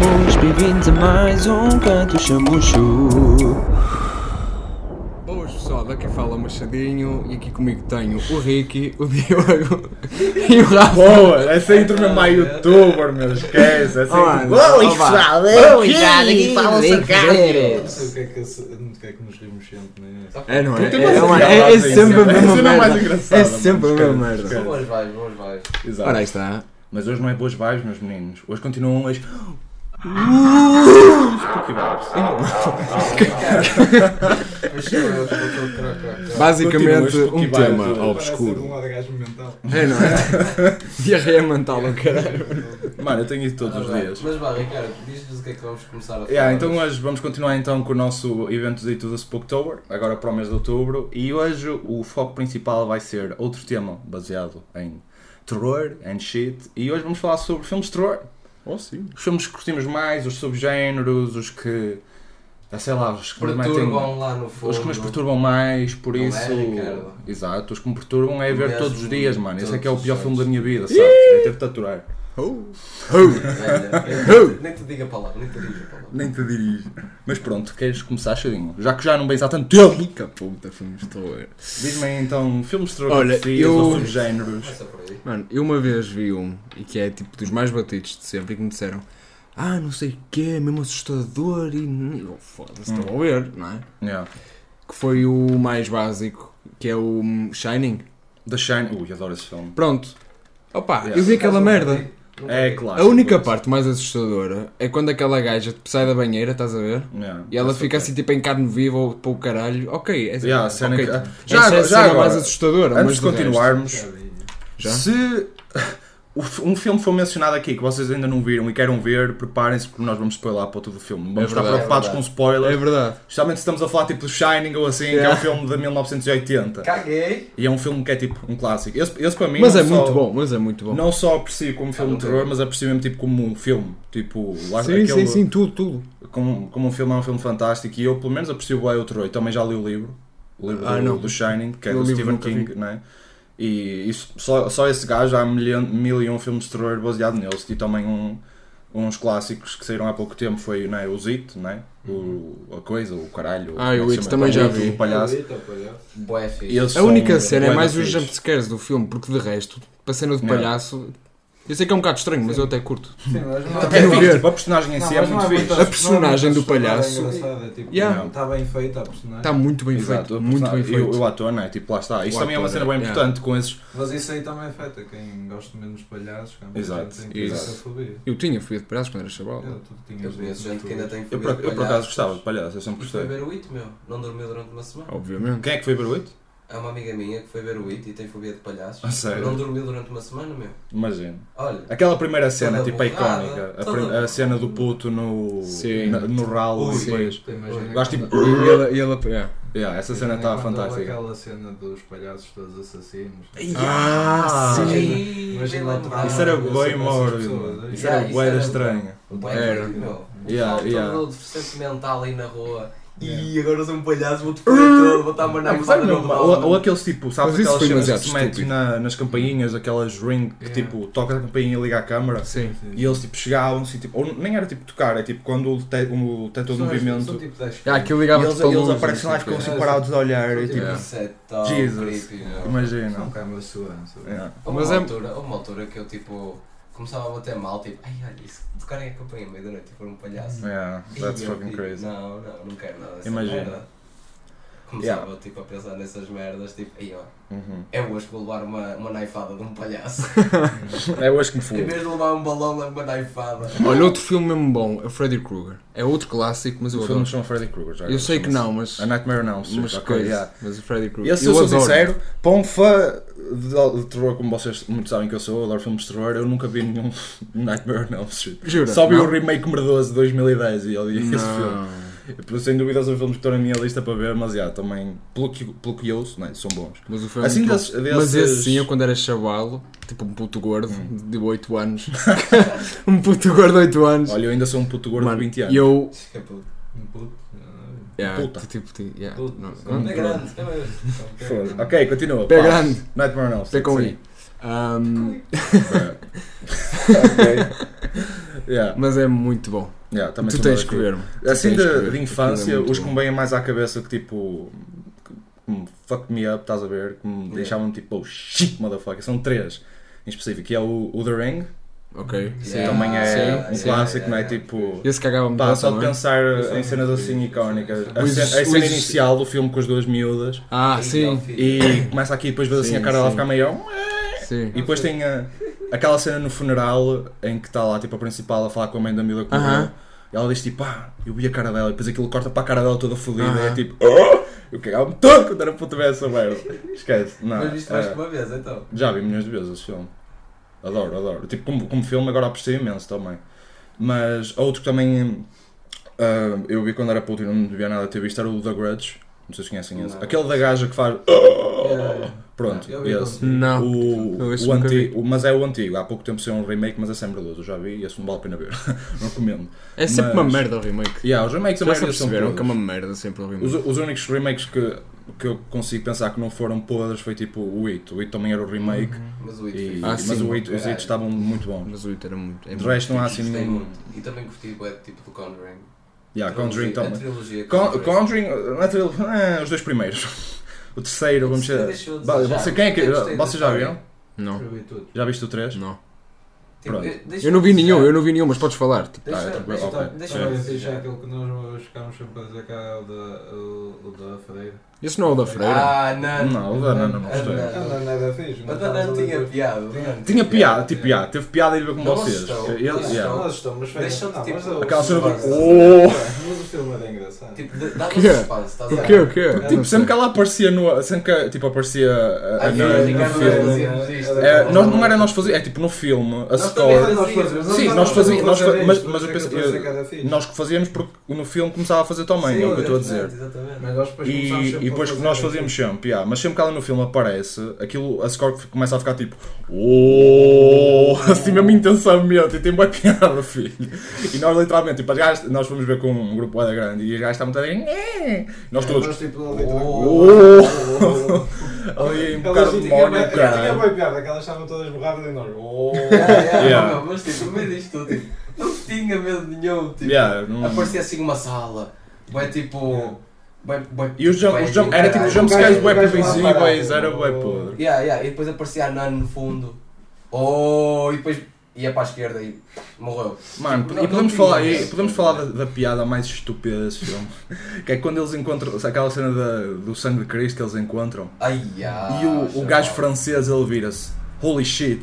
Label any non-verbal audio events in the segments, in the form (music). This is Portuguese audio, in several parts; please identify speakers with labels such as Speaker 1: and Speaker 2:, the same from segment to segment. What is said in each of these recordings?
Speaker 1: todos bem-vindos a mais um Canto Chamucho.
Speaker 2: Boas pessoal, daqui fala o Machadinho e aqui comigo tenho o Ricky, o Diogo e o Rafa.
Speaker 3: Boa, essa intro
Speaker 4: Ah,
Speaker 3: mesmo é youtuber, meu, esquece. Essa é
Speaker 2: Oh,
Speaker 3: intro.
Speaker 2: mano.
Speaker 3: Oi,
Speaker 2: Oh, vá.
Speaker 3: pessoal,
Speaker 1: Oi, já, daqui fala o
Speaker 3: Sacário.
Speaker 4: Não sei o que é que, eu- do que, é que nos rimos sempre, né?
Speaker 2: É, não é?
Speaker 3: Tem
Speaker 2: É,
Speaker 3: mais
Speaker 2: uma-
Speaker 3: engraçado
Speaker 2: é- é
Speaker 3: isso,
Speaker 2: sempre a
Speaker 3: é
Speaker 2: mesma
Speaker 3: sempre
Speaker 2: merda.
Speaker 3: mais engraçado,
Speaker 2: é
Speaker 3: mano,
Speaker 2: sempre a mesma
Speaker 3: esquece,
Speaker 2: merda.
Speaker 3: esquece.
Speaker 4: Boas vibes, boas vibes.
Speaker 3: Exato.
Speaker 2: Ora, aí está.
Speaker 3: Mas hoje não é boas vibes, meus meninos. Hoje continuam
Speaker 2: (laughs)
Speaker 3: as. Spooky vibes.
Speaker 4: Mas sou eu, sou aquele crack,
Speaker 2: Basicamente,
Speaker 3: Continua,
Speaker 2: um
Speaker 3: Spooky Vibes,
Speaker 2: tema
Speaker 3: olha.
Speaker 4: um
Speaker 2: obscuro.
Speaker 4: orgasmo mental.
Speaker 2: É, não é? (laughs) Diarreia mental, o caralho.
Speaker 3: Mano, eu tenho isso todos os
Speaker 4: Ah,
Speaker 3: dias.
Speaker 4: Mas vá, Ricardo, diz-nos o que é que vamos começar a falar.
Speaker 3: Yeah, então hoje vamos continuar então com o nosso evento de do Spooktober, agora para o mês de outubro, e hoje o foco principal vai ser outro tema baseado em terror and shit, e hoje vamos falar sobre filmes de terror.
Speaker 2: Oh, sim.
Speaker 3: Os filmes que curtimos mais, os subgéneros, os que. ah, sei lá, os que também têm-
Speaker 4: Perturbam lá no é? fundo.
Speaker 3: Os que nos perturbam mais, por
Speaker 4: Não é,
Speaker 3: isso.
Speaker 4: Ricardo?
Speaker 3: Exato, os que me perturbam é ver
Speaker 4: Mesmo
Speaker 3: todos os dias, mano. Esse é que é o
Speaker 4: todos
Speaker 3: pior
Speaker 4: os
Speaker 3: filme da minha vida, sabe? É ter de te aturar.
Speaker 2: Oh.
Speaker 3: (laughs)
Speaker 4: Olha, Nem te diga a palavra, nem te diga a palavra.
Speaker 3: Nem te dirijo. Mas pronto, queres começar, Chadinho? Já que já não bens há tanto tempo.
Speaker 2: Que puta, filmes de terror.
Speaker 3: Diz-me aí, então, filmes de terror
Speaker 2: Olha,
Speaker 3: que preferias
Speaker 2: eu-
Speaker 3: ou subgéneros.
Speaker 4: Começa por
Speaker 3: (laughs)
Speaker 4: aí.
Speaker 2: Mano, eu uma vez vi um, e que é tipo dos mais batidos de sempre, e que me disseram Ah, não sei o que, é mesmo assustador e... Oh, Foda-se,
Speaker 3: Hum.
Speaker 2: estou a ver, não é?
Speaker 3: Yeah.
Speaker 2: Que foi o mais básico, que é o hum, Shining.
Speaker 3: The Shine. Ui, adoro esse filme.
Speaker 2: Pronto. Opa,
Speaker 3: Yeah.
Speaker 2: eu vi aquela
Speaker 4: Caso
Speaker 2: merda.
Speaker 4: nunca vi, nunca
Speaker 3: É
Speaker 4: vi.
Speaker 3: claro.
Speaker 2: A única parte mais assustadora é quando aquela gaja tipo, sai da banheira, estás a ver? E ela fica assim tipo em carne viva ou para o caralho. Ok, é
Speaker 3: Yeah, a cena
Speaker 2: ok.
Speaker 3: que-
Speaker 2: Essa
Speaker 3: Já
Speaker 2: é a
Speaker 3: agora- já
Speaker 2: cena
Speaker 3: agora,
Speaker 2: mais assustadora. mas
Speaker 3: Antes de
Speaker 2: do resto,
Speaker 3: continuarmos,
Speaker 2: já?
Speaker 3: Se (laughs) o f- um filme foi mencionado aqui que vocês ainda não viram e queiram ver, preparem-se porque nós vamos spoiler para todo o filme. Não Vamos
Speaker 2: É
Speaker 3: estar
Speaker 2: verdade,
Speaker 3: preocupados
Speaker 4: é
Speaker 3: com
Speaker 4: verdade.
Speaker 3: spoilers.
Speaker 2: É verdade.
Speaker 3: Especialmente se estamos a falar tipo do Shining ou assim, que é um filme de 1980.
Speaker 4: Caguei.
Speaker 3: E é um filme que é tipo um clássico. Esse, esse para mim
Speaker 2: Mas
Speaker 3: não
Speaker 2: é
Speaker 3: só-
Speaker 2: muito bom, mas é muito bom.
Speaker 3: Não só aprecio como filme de
Speaker 4: nunca
Speaker 3: terror,
Speaker 4: vi.
Speaker 3: mas aprecio mesmo tipo como um filme. Tipo, lá-
Speaker 2: sim,
Speaker 3: aquele-
Speaker 2: sim, sim, tudo, tudo.
Speaker 3: Como, como um filme é um filme fantástico. E eu pelo menos aprecio bem o terror. Eu também já li o livro. O livro
Speaker 2: Ah,
Speaker 3: do,
Speaker 2: não.
Speaker 3: do Shining, que é
Speaker 2: Eu
Speaker 3: do
Speaker 2: o livro
Speaker 3: Stephen
Speaker 2: nunca
Speaker 3: King, né? E isso, só, só esse gajo há milhão- mil e um filmes de terror baseado neles. E também um, uns clássicos que saíram há pouco tempo foi né, o Zit, né? O, a coisa, o caralho.
Speaker 2: Uhum. Ah,
Speaker 3: como é
Speaker 2: o
Speaker 3: que
Speaker 2: It
Speaker 3: se chama?
Speaker 2: também já
Speaker 3: O
Speaker 2: vi.
Speaker 3: o palhaço.
Speaker 4: Palito, palhaço. Bué fixe.
Speaker 3: E eles
Speaker 2: A
Speaker 3: são
Speaker 2: única cena é
Speaker 3: bué da
Speaker 2: mais os
Speaker 3: fixe. É.
Speaker 2: jumpscares do filme, porque de resto, a cena do
Speaker 3: Não.
Speaker 2: palhaço. Eu sei que é um bocado estranho, mas eu até curto.
Speaker 4: Sim, mas não-
Speaker 3: Também
Speaker 2: Quero
Speaker 3: é fixe,
Speaker 2: ver.
Speaker 3: tipo, a personagem em si é
Speaker 4: mas não
Speaker 3: muito
Speaker 4: há
Speaker 3: fixe.
Speaker 4: muita-
Speaker 2: A personagem
Speaker 4: não é tipo, há
Speaker 2: do
Speaker 4: muita
Speaker 2: palhaço-
Speaker 4: história engraçada, tipo,
Speaker 2: Yeah.
Speaker 4: não Está bem feita a personagem.
Speaker 2: Está muito bem
Speaker 3: Exato,
Speaker 2: feito.
Speaker 3: a
Speaker 2: Muito bem
Speaker 3: personagem- e o-
Speaker 2: feito.
Speaker 3: E o ator, né? Tipo, lá está. Isso
Speaker 2: O
Speaker 3: também é uma
Speaker 2: ator,
Speaker 3: cena bem
Speaker 2: yeah.
Speaker 3: importante com esses.
Speaker 4: Mas isso aí também afeta quem gosta menos de palhaços, que há muita
Speaker 3: Exato,
Speaker 4: gente que tem
Speaker 3: exato.
Speaker 4: claustrofobia.
Speaker 2: Eu tinha fobia de palhaços quando era chaval.
Speaker 3: É.
Speaker 4: Eu, tu tinhas
Speaker 5: Eu conheço
Speaker 4: dito,
Speaker 5: gente que ainda tem
Speaker 3: Eu
Speaker 5: fobia
Speaker 3: por, eu
Speaker 5: de
Speaker 3: por acaso
Speaker 5: palhaços.
Speaker 3: gostava de palhaço, eu sempre
Speaker 5: E foi
Speaker 3: gostei.
Speaker 5: ver o It, meu. Não dormiu durante uma semana.
Speaker 2: Obviamente.
Speaker 3: Quem é que foi ver o 8?
Speaker 5: Há uma amiga minha que foi ver o It e tem fobia de palhaços.
Speaker 3: A Ah, sério?
Speaker 5: Não dormiu durante uma semana, meu.
Speaker 3: Imagino.
Speaker 5: Olha.
Speaker 3: Aquela primeira cena,
Speaker 5: Toda
Speaker 3: tipo, a
Speaker 5: borrada,
Speaker 3: icónica. A,
Speaker 5: toda-
Speaker 3: prim- a cena do puto no,
Speaker 2: Sim.
Speaker 3: na- no ralo
Speaker 5: Ui,
Speaker 3: depois.
Speaker 4: Imagina
Speaker 3: Gosto tipo.
Speaker 2: E ela. E é. ela yeah.
Speaker 3: Yeah, essa cena
Speaker 5: é
Speaker 3: estava fantástica.
Speaker 4: aquela cena dos palhaços todos assassinos. né?
Speaker 2: Ah, sim.
Speaker 5: Ei,
Speaker 4: Mas
Speaker 5: bem
Speaker 4: lá
Speaker 5: lembrado.
Speaker 3: Isso era
Speaker 4: Ah, eu
Speaker 3: bem
Speaker 4: sei que essas
Speaker 3: mórbido.
Speaker 4: pessoas-
Speaker 3: Isso era
Speaker 5: Yeah,
Speaker 3: bué da
Speaker 5: isso era-
Speaker 3: estranho.
Speaker 5: Bué
Speaker 2: Era.
Speaker 5: doido, Um meu.
Speaker 3: Yeah,
Speaker 5: Falta
Speaker 3: yeah.
Speaker 5: todo o deficiente mental aí na rua.
Speaker 3: Yeah.
Speaker 5: E agora sou um palhaço, vou-te foder todo, vou-te a mandar
Speaker 3: Não, sabe,
Speaker 5: no
Speaker 3: não, ou, ou aqueles tipo, sabes
Speaker 2: Mas isso
Speaker 3: aquelas
Speaker 2: foi
Speaker 3: cenas que
Speaker 2: demasiado
Speaker 3: se metem
Speaker 2: estúpido.
Speaker 3: na- nas campainhas, aquelas ring que
Speaker 4: Yeah.
Speaker 3: tipo, tocas a campainha e liga a câmara?
Speaker 2: Sim.
Speaker 3: E eles tipo chegavam-se, e, tipo, ou nem era tipo tocar, é tipo quando o, dete o detector de
Speaker 4: São-
Speaker 3: movimento.
Speaker 4: são tipo dez
Speaker 2: Ah, aquilo
Speaker 3: E
Speaker 2: ligava
Speaker 3: eles, eles aparecem lá e
Speaker 2: tipo,
Speaker 3: ficam assim
Speaker 4: coisa.
Speaker 3: parados a olhar e
Speaker 4: São
Speaker 3: tipo,
Speaker 2: Yeah.
Speaker 5: Isso é tão
Speaker 3: Jesus.
Speaker 5: creepy, meu.
Speaker 4: São
Speaker 3: tipo, imagina.
Speaker 4: câmaras de segurança.
Speaker 3: Yeah.
Speaker 5: Houve
Speaker 2: Mas
Speaker 5: uma,
Speaker 2: é-
Speaker 5: altura, houve uma altura que eu tipo começava a bater mal, tipo, ai olha isso, é tocarem a campanha meio da noite e for um palhaço.
Speaker 3: Yeah, that's
Speaker 5: Ih, eu
Speaker 3: fucking
Speaker 5: digo,
Speaker 3: crazy.
Speaker 5: Não, não, não quero nada dessa
Speaker 3: Imagina.
Speaker 5: merda. Começava tipo a pensar nessas merdas, tipo, aí ó,
Speaker 3: Uhum.
Speaker 5: é hoje que vou levar uma, uma naifada de um palhaço.
Speaker 3: É hoje que me
Speaker 5: em
Speaker 3: fui.
Speaker 5: vez de levar um balão, levo uma naifada.
Speaker 2: é. Olha, outro filme mesmo bom é o Freddy Krueger. É outro clássico, mas eu
Speaker 3: Os
Speaker 2: adoro.
Speaker 3: filmes são Freddy Krueger. já
Speaker 2: Eu sei que
Speaker 3: chama-se.
Speaker 2: não, mas.
Speaker 3: A Nightmare não,
Speaker 2: Mas,
Speaker 3: mas
Speaker 2: coisa,
Speaker 3: yeah.
Speaker 2: mas o Freddy Krueger.
Speaker 3: Eu, se eu sou
Speaker 2: adoro.
Speaker 3: sincero, para um fã de, de terror como vocês muito sabem que eu sou, eu adoro filmes de terror, eu nunca vi nenhum (laughs) Nightmare on Elm Street.
Speaker 2: Jura?
Speaker 3: Só vi
Speaker 2: Não?
Speaker 3: o remake merdoso de 2010 e odiei esse filme.
Speaker 2: Não.
Speaker 3: Por isso, sem dúvida, são filmes que estão na minha lista para ver, mas yeah, também, pelo que, pelo que eu ouço, né, são bons.
Speaker 2: Mas o filme.
Speaker 3: Assim
Speaker 2: é muito
Speaker 3: desses-
Speaker 2: bom. Mas esse
Speaker 3: desses-
Speaker 2: sim, eu quando era chavalo, tipo um puto gordo
Speaker 3: Hum.
Speaker 2: de 8
Speaker 6: (laughs)
Speaker 2: anos. um puto gordo de 8 anos.
Speaker 3: Olha, eu ainda sou um puto gordo
Speaker 2: Mano,
Speaker 3: de 20 anos.
Speaker 2: E eu.
Speaker 4: Que é puto. Um puto. ah,
Speaker 2: Yeah,
Speaker 3: Puta.
Speaker 2: t- Tipo, t- yeah,
Speaker 4: Puto.
Speaker 2: não-
Speaker 4: Não
Speaker 2: não-
Speaker 5: É grande, é mesmo.
Speaker 4: ok.
Speaker 3: Foda-se. Ok, continua.
Speaker 2: Pé
Speaker 3: Pá.
Speaker 2: grande.
Speaker 3: Nightmare on Elm
Speaker 2: Até
Speaker 3: Street.
Speaker 2: com
Speaker 3: sim.
Speaker 2: I. Um,
Speaker 3: Ok. (laughs) Yeah,
Speaker 6: Mas é muito bom.
Speaker 3: yeah, também
Speaker 6: tu
Speaker 3: sou
Speaker 6: tens
Speaker 3: bué
Speaker 6: que
Speaker 3: daquilo.
Speaker 6: ver. mano. Tu
Speaker 3: Assim
Speaker 6: tens que
Speaker 3: de,
Speaker 6: ver,
Speaker 3: de
Speaker 6: aquilo é
Speaker 3: infância,
Speaker 6: muito
Speaker 3: os que
Speaker 6: bom.
Speaker 3: me vêm mais à cabeça que tipo. que me Fuck me up, estás a ver? Que me
Speaker 5: Yeah.
Speaker 3: deixavam tipo, oh shit, motherfucker. São três em específico, que é o, o The Ring,
Speaker 6: Ok.
Speaker 5: Sim.
Speaker 6: sim.
Speaker 3: também é
Speaker 5: Yeah,
Speaker 3: um
Speaker 5: yeah,
Speaker 3: clássico,
Speaker 5: yeah,
Speaker 3: não é?
Speaker 5: yeah.
Speaker 3: Tipo.
Speaker 6: Esse cagava-me
Speaker 3: Pá,
Speaker 6: tanto,
Speaker 3: só
Speaker 6: não
Speaker 3: de
Speaker 6: é?
Speaker 3: pensar
Speaker 4: Eu
Speaker 3: em cenas
Speaker 4: sei,
Speaker 3: assim
Speaker 4: eu sei, eu
Speaker 3: icónicas.
Speaker 4: sei.
Speaker 3: A
Speaker 6: Os-
Speaker 3: cena, a cena
Speaker 6: os-
Speaker 3: inicial do filme com as duas miúdas.
Speaker 6: Ah, sim.
Speaker 3: E começa aqui, depois vês assim
Speaker 6: Sim,
Speaker 3: a cara dela
Speaker 6: sim.
Speaker 3: ficar meio.
Speaker 6: Sim.
Speaker 3: E depois tem a- aquela cena no funeral em que está lá tipo a principal a falar com a mãe da miúda que morreu.
Speaker 6: Aham.
Speaker 3: E ela diz tipo, ah, eu vi a cara dela, e depois aquilo corta para a cara dela toda fodida e é
Speaker 6: Aham.
Speaker 3: tipo, oh! eu cagava-me todo quando era puto ver essa merda. Esquece, não.
Speaker 5: Mas viste mais
Speaker 3: é,
Speaker 5: que uma vez, então.
Speaker 3: já vi milhões de vezes esse filme. Adoro, adoro. Tipo, como, como filme agora apreciei imenso também. Mas outro que também ah, eu vi quando era puto e não devia nada ter visto era o The Grudge. Não sei se conhecem esse.
Speaker 5: Não.
Speaker 3: Aquele da gaja que faz.
Speaker 5: É,
Speaker 3: Pronto,
Speaker 4: Eu vi
Speaker 3: esse.
Speaker 6: Não.
Speaker 3: O,
Speaker 6: Não, esse
Speaker 3: o
Speaker 6: nunca
Speaker 3: antigo, mas é o antigo, há pouco tempo saiu um remake, mas é sempre doido, eu já vi e esse não vale a pena ver, (laughs) não recomendo.
Speaker 6: É sempre uma
Speaker 3: Mas-
Speaker 6: merda o remake.
Speaker 3: Yeah, os remakes a
Speaker 6: Já se
Speaker 3: maioria são
Speaker 6: perceberam que é uma
Speaker 3: podres.
Speaker 6: merda sempre o
Speaker 3: os,
Speaker 6: remake.
Speaker 3: os únicos remakes que, que eu consigo pensar que não foram podres foi tipo o It, o It também era o remake,
Speaker 5: Mas o It
Speaker 3: e,
Speaker 5: foi
Speaker 6: Ah,
Speaker 3: mas
Speaker 6: sim.
Speaker 3: o It, os It estavam muito bons.
Speaker 6: Mas o It era muito. é
Speaker 3: De
Speaker 6: muito
Speaker 3: resto não há assim
Speaker 5: Gostei
Speaker 3: nenhum...
Speaker 5: muito. é E também curti o tipo do Conjuring.
Speaker 3: Yeah,
Speaker 5: A trilogia-
Speaker 3: Conjuring
Speaker 5: A
Speaker 3: também.
Speaker 5: trilogia
Speaker 3: Con-
Speaker 5: Conjuring.
Speaker 3: Conjuring, na trilogia, ah, os dois primeiros. (laughs) O terceiro, vamos
Speaker 5: Você
Speaker 3: ver.
Speaker 5: deixou de desejar.
Speaker 3: Você, quem é que,
Speaker 5: Eu gostei
Speaker 3: vocês
Speaker 5: da
Speaker 3: já viram?
Speaker 5: história.
Speaker 6: Não.
Speaker 4: Eu vi tudo.
Speaker 3: Já viste o 3?
Speaker 6: Não.
Speaker 5: Tipo,
Speaker 3: Pronto.
Speaker 5: deixa-
Speaker 6: Eu não vi
Speaker 5: deixa-
Speaker 6: nenhum, eu não vi nenhum, mas podes falar. tipo,
Speaker 5: Deixa,
Speaker 3: Ah, eu-
Speaker 5: deixa,
Speaker 3: ok.
Speaker 5: deixa,
Speaker 4: Então,
Speaker 5: eu
Speaker 4: esse é
Speaker 5: desejar.
Speaker 4: aquele que nós ficámos sempre a dizer cá, é o da, o, o da Freira.
Speaker 6: Esse não é o da Freira.
Speaker 5: Ah, não.
Speaker 3: Não, o da Ana não
Speaker 5: Ah,
Speaker 3: gostei.
Speaker 5: não.
Speaker 4: Ah, não, não era fixe.
Speaker 5: Mas não, não tinha piada. não
Speaker 3: Tinha piada, tipo, yeah, teve piada ele ver com
Speaker 5: Não
Speaker 3: vocês.
Speaker 5: assustou.
Speaker 3: Ele-
Speaker 5: Não
Speaker 3: yeah.
Speaker 5: assustou.
Speaker 4: Nós estamos feios.
Speaker 5: Deixa-me, tipo,
Speaker 3: Aquela cena do.
Speaker 5: Mas-
Speaker 3: Oh!
Speaker 4: assim. Mas o filme era engraçado.
Speaker 5: Tipo, d- dava
Speaker 6: O quê?
Speaker 5: suspense, estás a
Speaker 6: O
Speaker 5: ver?
Speaker 6: quê, o quê?
Speaker 3: Porque, tipo, sempre que ela aparecia no. Sempre que tipo, aparecia a- a
Speaker 5: Ah,
Speaker 3: Ana
Speaker 5: não,
Speaker 3: no
Speaker 5: ninguém
Speaker 3: filme.
Speaker 5: fazia. fazíamos isto.
Speaker 3: É, nós não era nós fazer, é tipo no filme, a
Speaker 5: Nós
Speaker 3: score.
Speaker 5: também
Speaker 3: Sim, nós fazíamos- nós fa- mas- mas eu pensei- Nós que fazíamos porque no filme começava a fazer também,
Speaker 4: Sim,
Speaker 3: é o que eu estou a dizer.
Speaker 5: Exatamente, exatamente. (laughs)
Speaker 4: Mas nós depois
Speaker 3: E,
Speaker 4: começámos sempre
Speaker 3: e depois
Speaker 4: a fazer
Speaker 3: nós
Speaker 4: aquilo.
Speaker 3: fazíamos sempre, yeah, mas sempre que ela no filme aparece, aquilo, a score começa a ficar tipo
Speaker 4: (laughs)
Speaker 3: oh, assim mesmo intensamente, e tem boa piada, filho. E nós literalmente, tipo, as gajas, nós fomos ver com um grupo da grande e as gajas estavam a dizer, "Nhê". nós
Speaker 4: É,
Speaker 3: todos,
Speaker 4: Nós tipo ali
Speaker 3: Oh.
Speaker 4: (laughs) oh, oh,
Speaker 3: ali um
Speaker 4: oh.
Speaker 3: bocado de demónio,
Speaker 4: Ela tinha
Speaker 3: caralho.
Speaker 4: uma piada que elas estavam todas borradas e nós.
Speaker 3: (laughs)
Speaker 4: Oh.
Speaker 5: É, é,
Speaker 3: Yeah.
Speaker 5: não, Mas tipo, medo disto tudo. tipo, Não tinha medo nenhum. Tipo,
Speaker 3: Yeah, não-
Speaker 5: Aparecia assim uma sala. Vai tipo. bué- bué-
Speaker 3: E os jump,
Speaker 5: bué-
Speaker 3: os jump, era tipo os jumpscares
Speaker 4: gajo- o
Speaker 3: web
Speaker 4: gajo lá
Speaker 3: invisíveis,
Speaker 4: parado.
Speaker 3: era web podre.
Speaker 5: Yeah, yeah, E depois aparecia a Nan no fundo. Oh, e depois ia para a esquerda e morreu.
Speaker 3: Mano,
Speaker 5: Tipo,
Speaker 3: e
Speaker 5: não-
Speaker 3: podemos
Speaker 5: não tinha
Speaker 3: falar, e
Speaker 5: medo.
Speaker 3: podemos falar da, da piada mais estúpida desse filme, (laughs) que é quando eles encontram, sabe aquela cena da- do sangue de Cristo que eles encontram,
Speaker 5: Ai, ah,
Speaker 3: e o, o
Speaker 5: chaval.
Speaker 3: gajo francês ele vira-se, holy shit,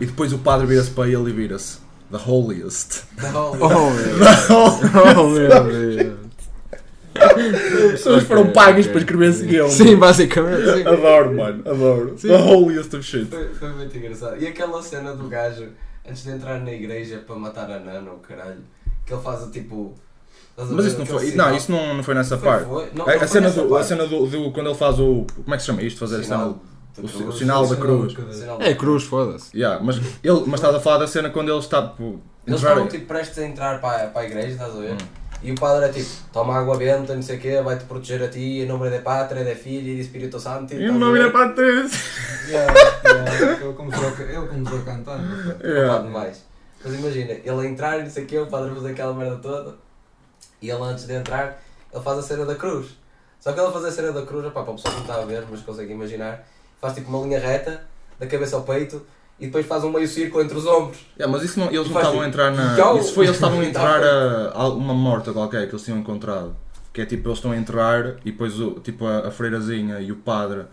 Speaker 3: e depois o padre vira-se para ele e vira-se, the (laughs) holiest.
Speaker 5: Não,
Speaker 6: Oh, meu (laughs) Oh, meu Deus.
Speaker 3: As pessoas
Speaker 6: Ok,
Speaker 3: foram pagas
Speaker 6: ok.
Speaker 3: para escrever esse guião.
Speaker 6: Sim, basicamente. sim.
Speaker 3: Adoro, mano, adoro.
Speaker 6: Sim.
Speaker 3: The holiest of shit.
Speaker 5: Foi, foi muito engraçado. E aquela cena do gajo, antes de entrar na igreja para matar a Nana, o caralho, que ele faz o tipo. estás a
Speaker 3: Mas
Speaker 5: ver
Speaker 3: isso não
Speaker 5: aquele
Speaker 3: foi,
Speaker 5: sinal?
Speaker 3: não, isso não, não foi nessa
Speaker 5: Foi,
Speaker 3: parte.
Speaker 5: foi. Não,
Speaker 3: A-
Speaker 5: não
Speaker 3: a,
Speaker 5: foi
Speaker 3: cena
Speaker 5: nessa
Speaker 3: do, a
Speaker 5: parte.
Speaker 3: cena do, do- quando ele faz o. Como é que se chama isto? Fazer a
Speaker 5: Sinal
Speaker 3: sinal.
Speaker 5: da
Speaker 3: o si- o
Speaker 5: cruz.
Speaker 3: sinal da cruz.
Speaker 5: Sinal da
Speaker 6: É cruz, foda-se.
Speaker 3: Yeah, mas, ele, mas estás a falar da cena quando ele está. Pô,
Speaker 5: Eles
Speaker 3: entrar-
Speaker 5: estavam tipo prestes a entrar para, para a igreja, estás a ver?
Speaker 3: Hum.
Speaker 5: E o padre é tipo, toma água benta, não sei o quê, vai-te proteger a ti, em nome da pátria, da filha e do Espírito Santo.
Speaker 3: E o nome da Patrícia!
Speaker 4: Yeah, yeah. Ele começou a- ele começou a cantar. não foi?
Speaker 5: Pá,
Speaker 3: Yeah.
Speaker 5: demais. Mas imagina, ele a entrar e não sei o quê, o padre faz aquela merda toda, e ele antes de entrar, ele faz a cena da cruz. Só que ele faz a cena da cruz, opá, para o pessoal que não está a ver, mas consegue imaginar, faz tipo uma linha reta, da cabeça ao peito, e depois faz um meio círculo entre os ombros.
Speaker 3: Yeah, mas isso não, eles
Speaker 5: E
Speaker 3: não
Speaker 5: faz
Speaker 3: estavam a entrar na.
Speaker 5: Tchau.
Speaker 3: Isso foi eles
Speaker 5: (laughs)
Speaker 3: estavam a
Speaker 5: Tá
Speaker 3: entrar a, a uma morta qualquer que eles tinham encontrado. Que é tipo, eles estão a entrar e depois o, tipo, a, a freirazinha e o padre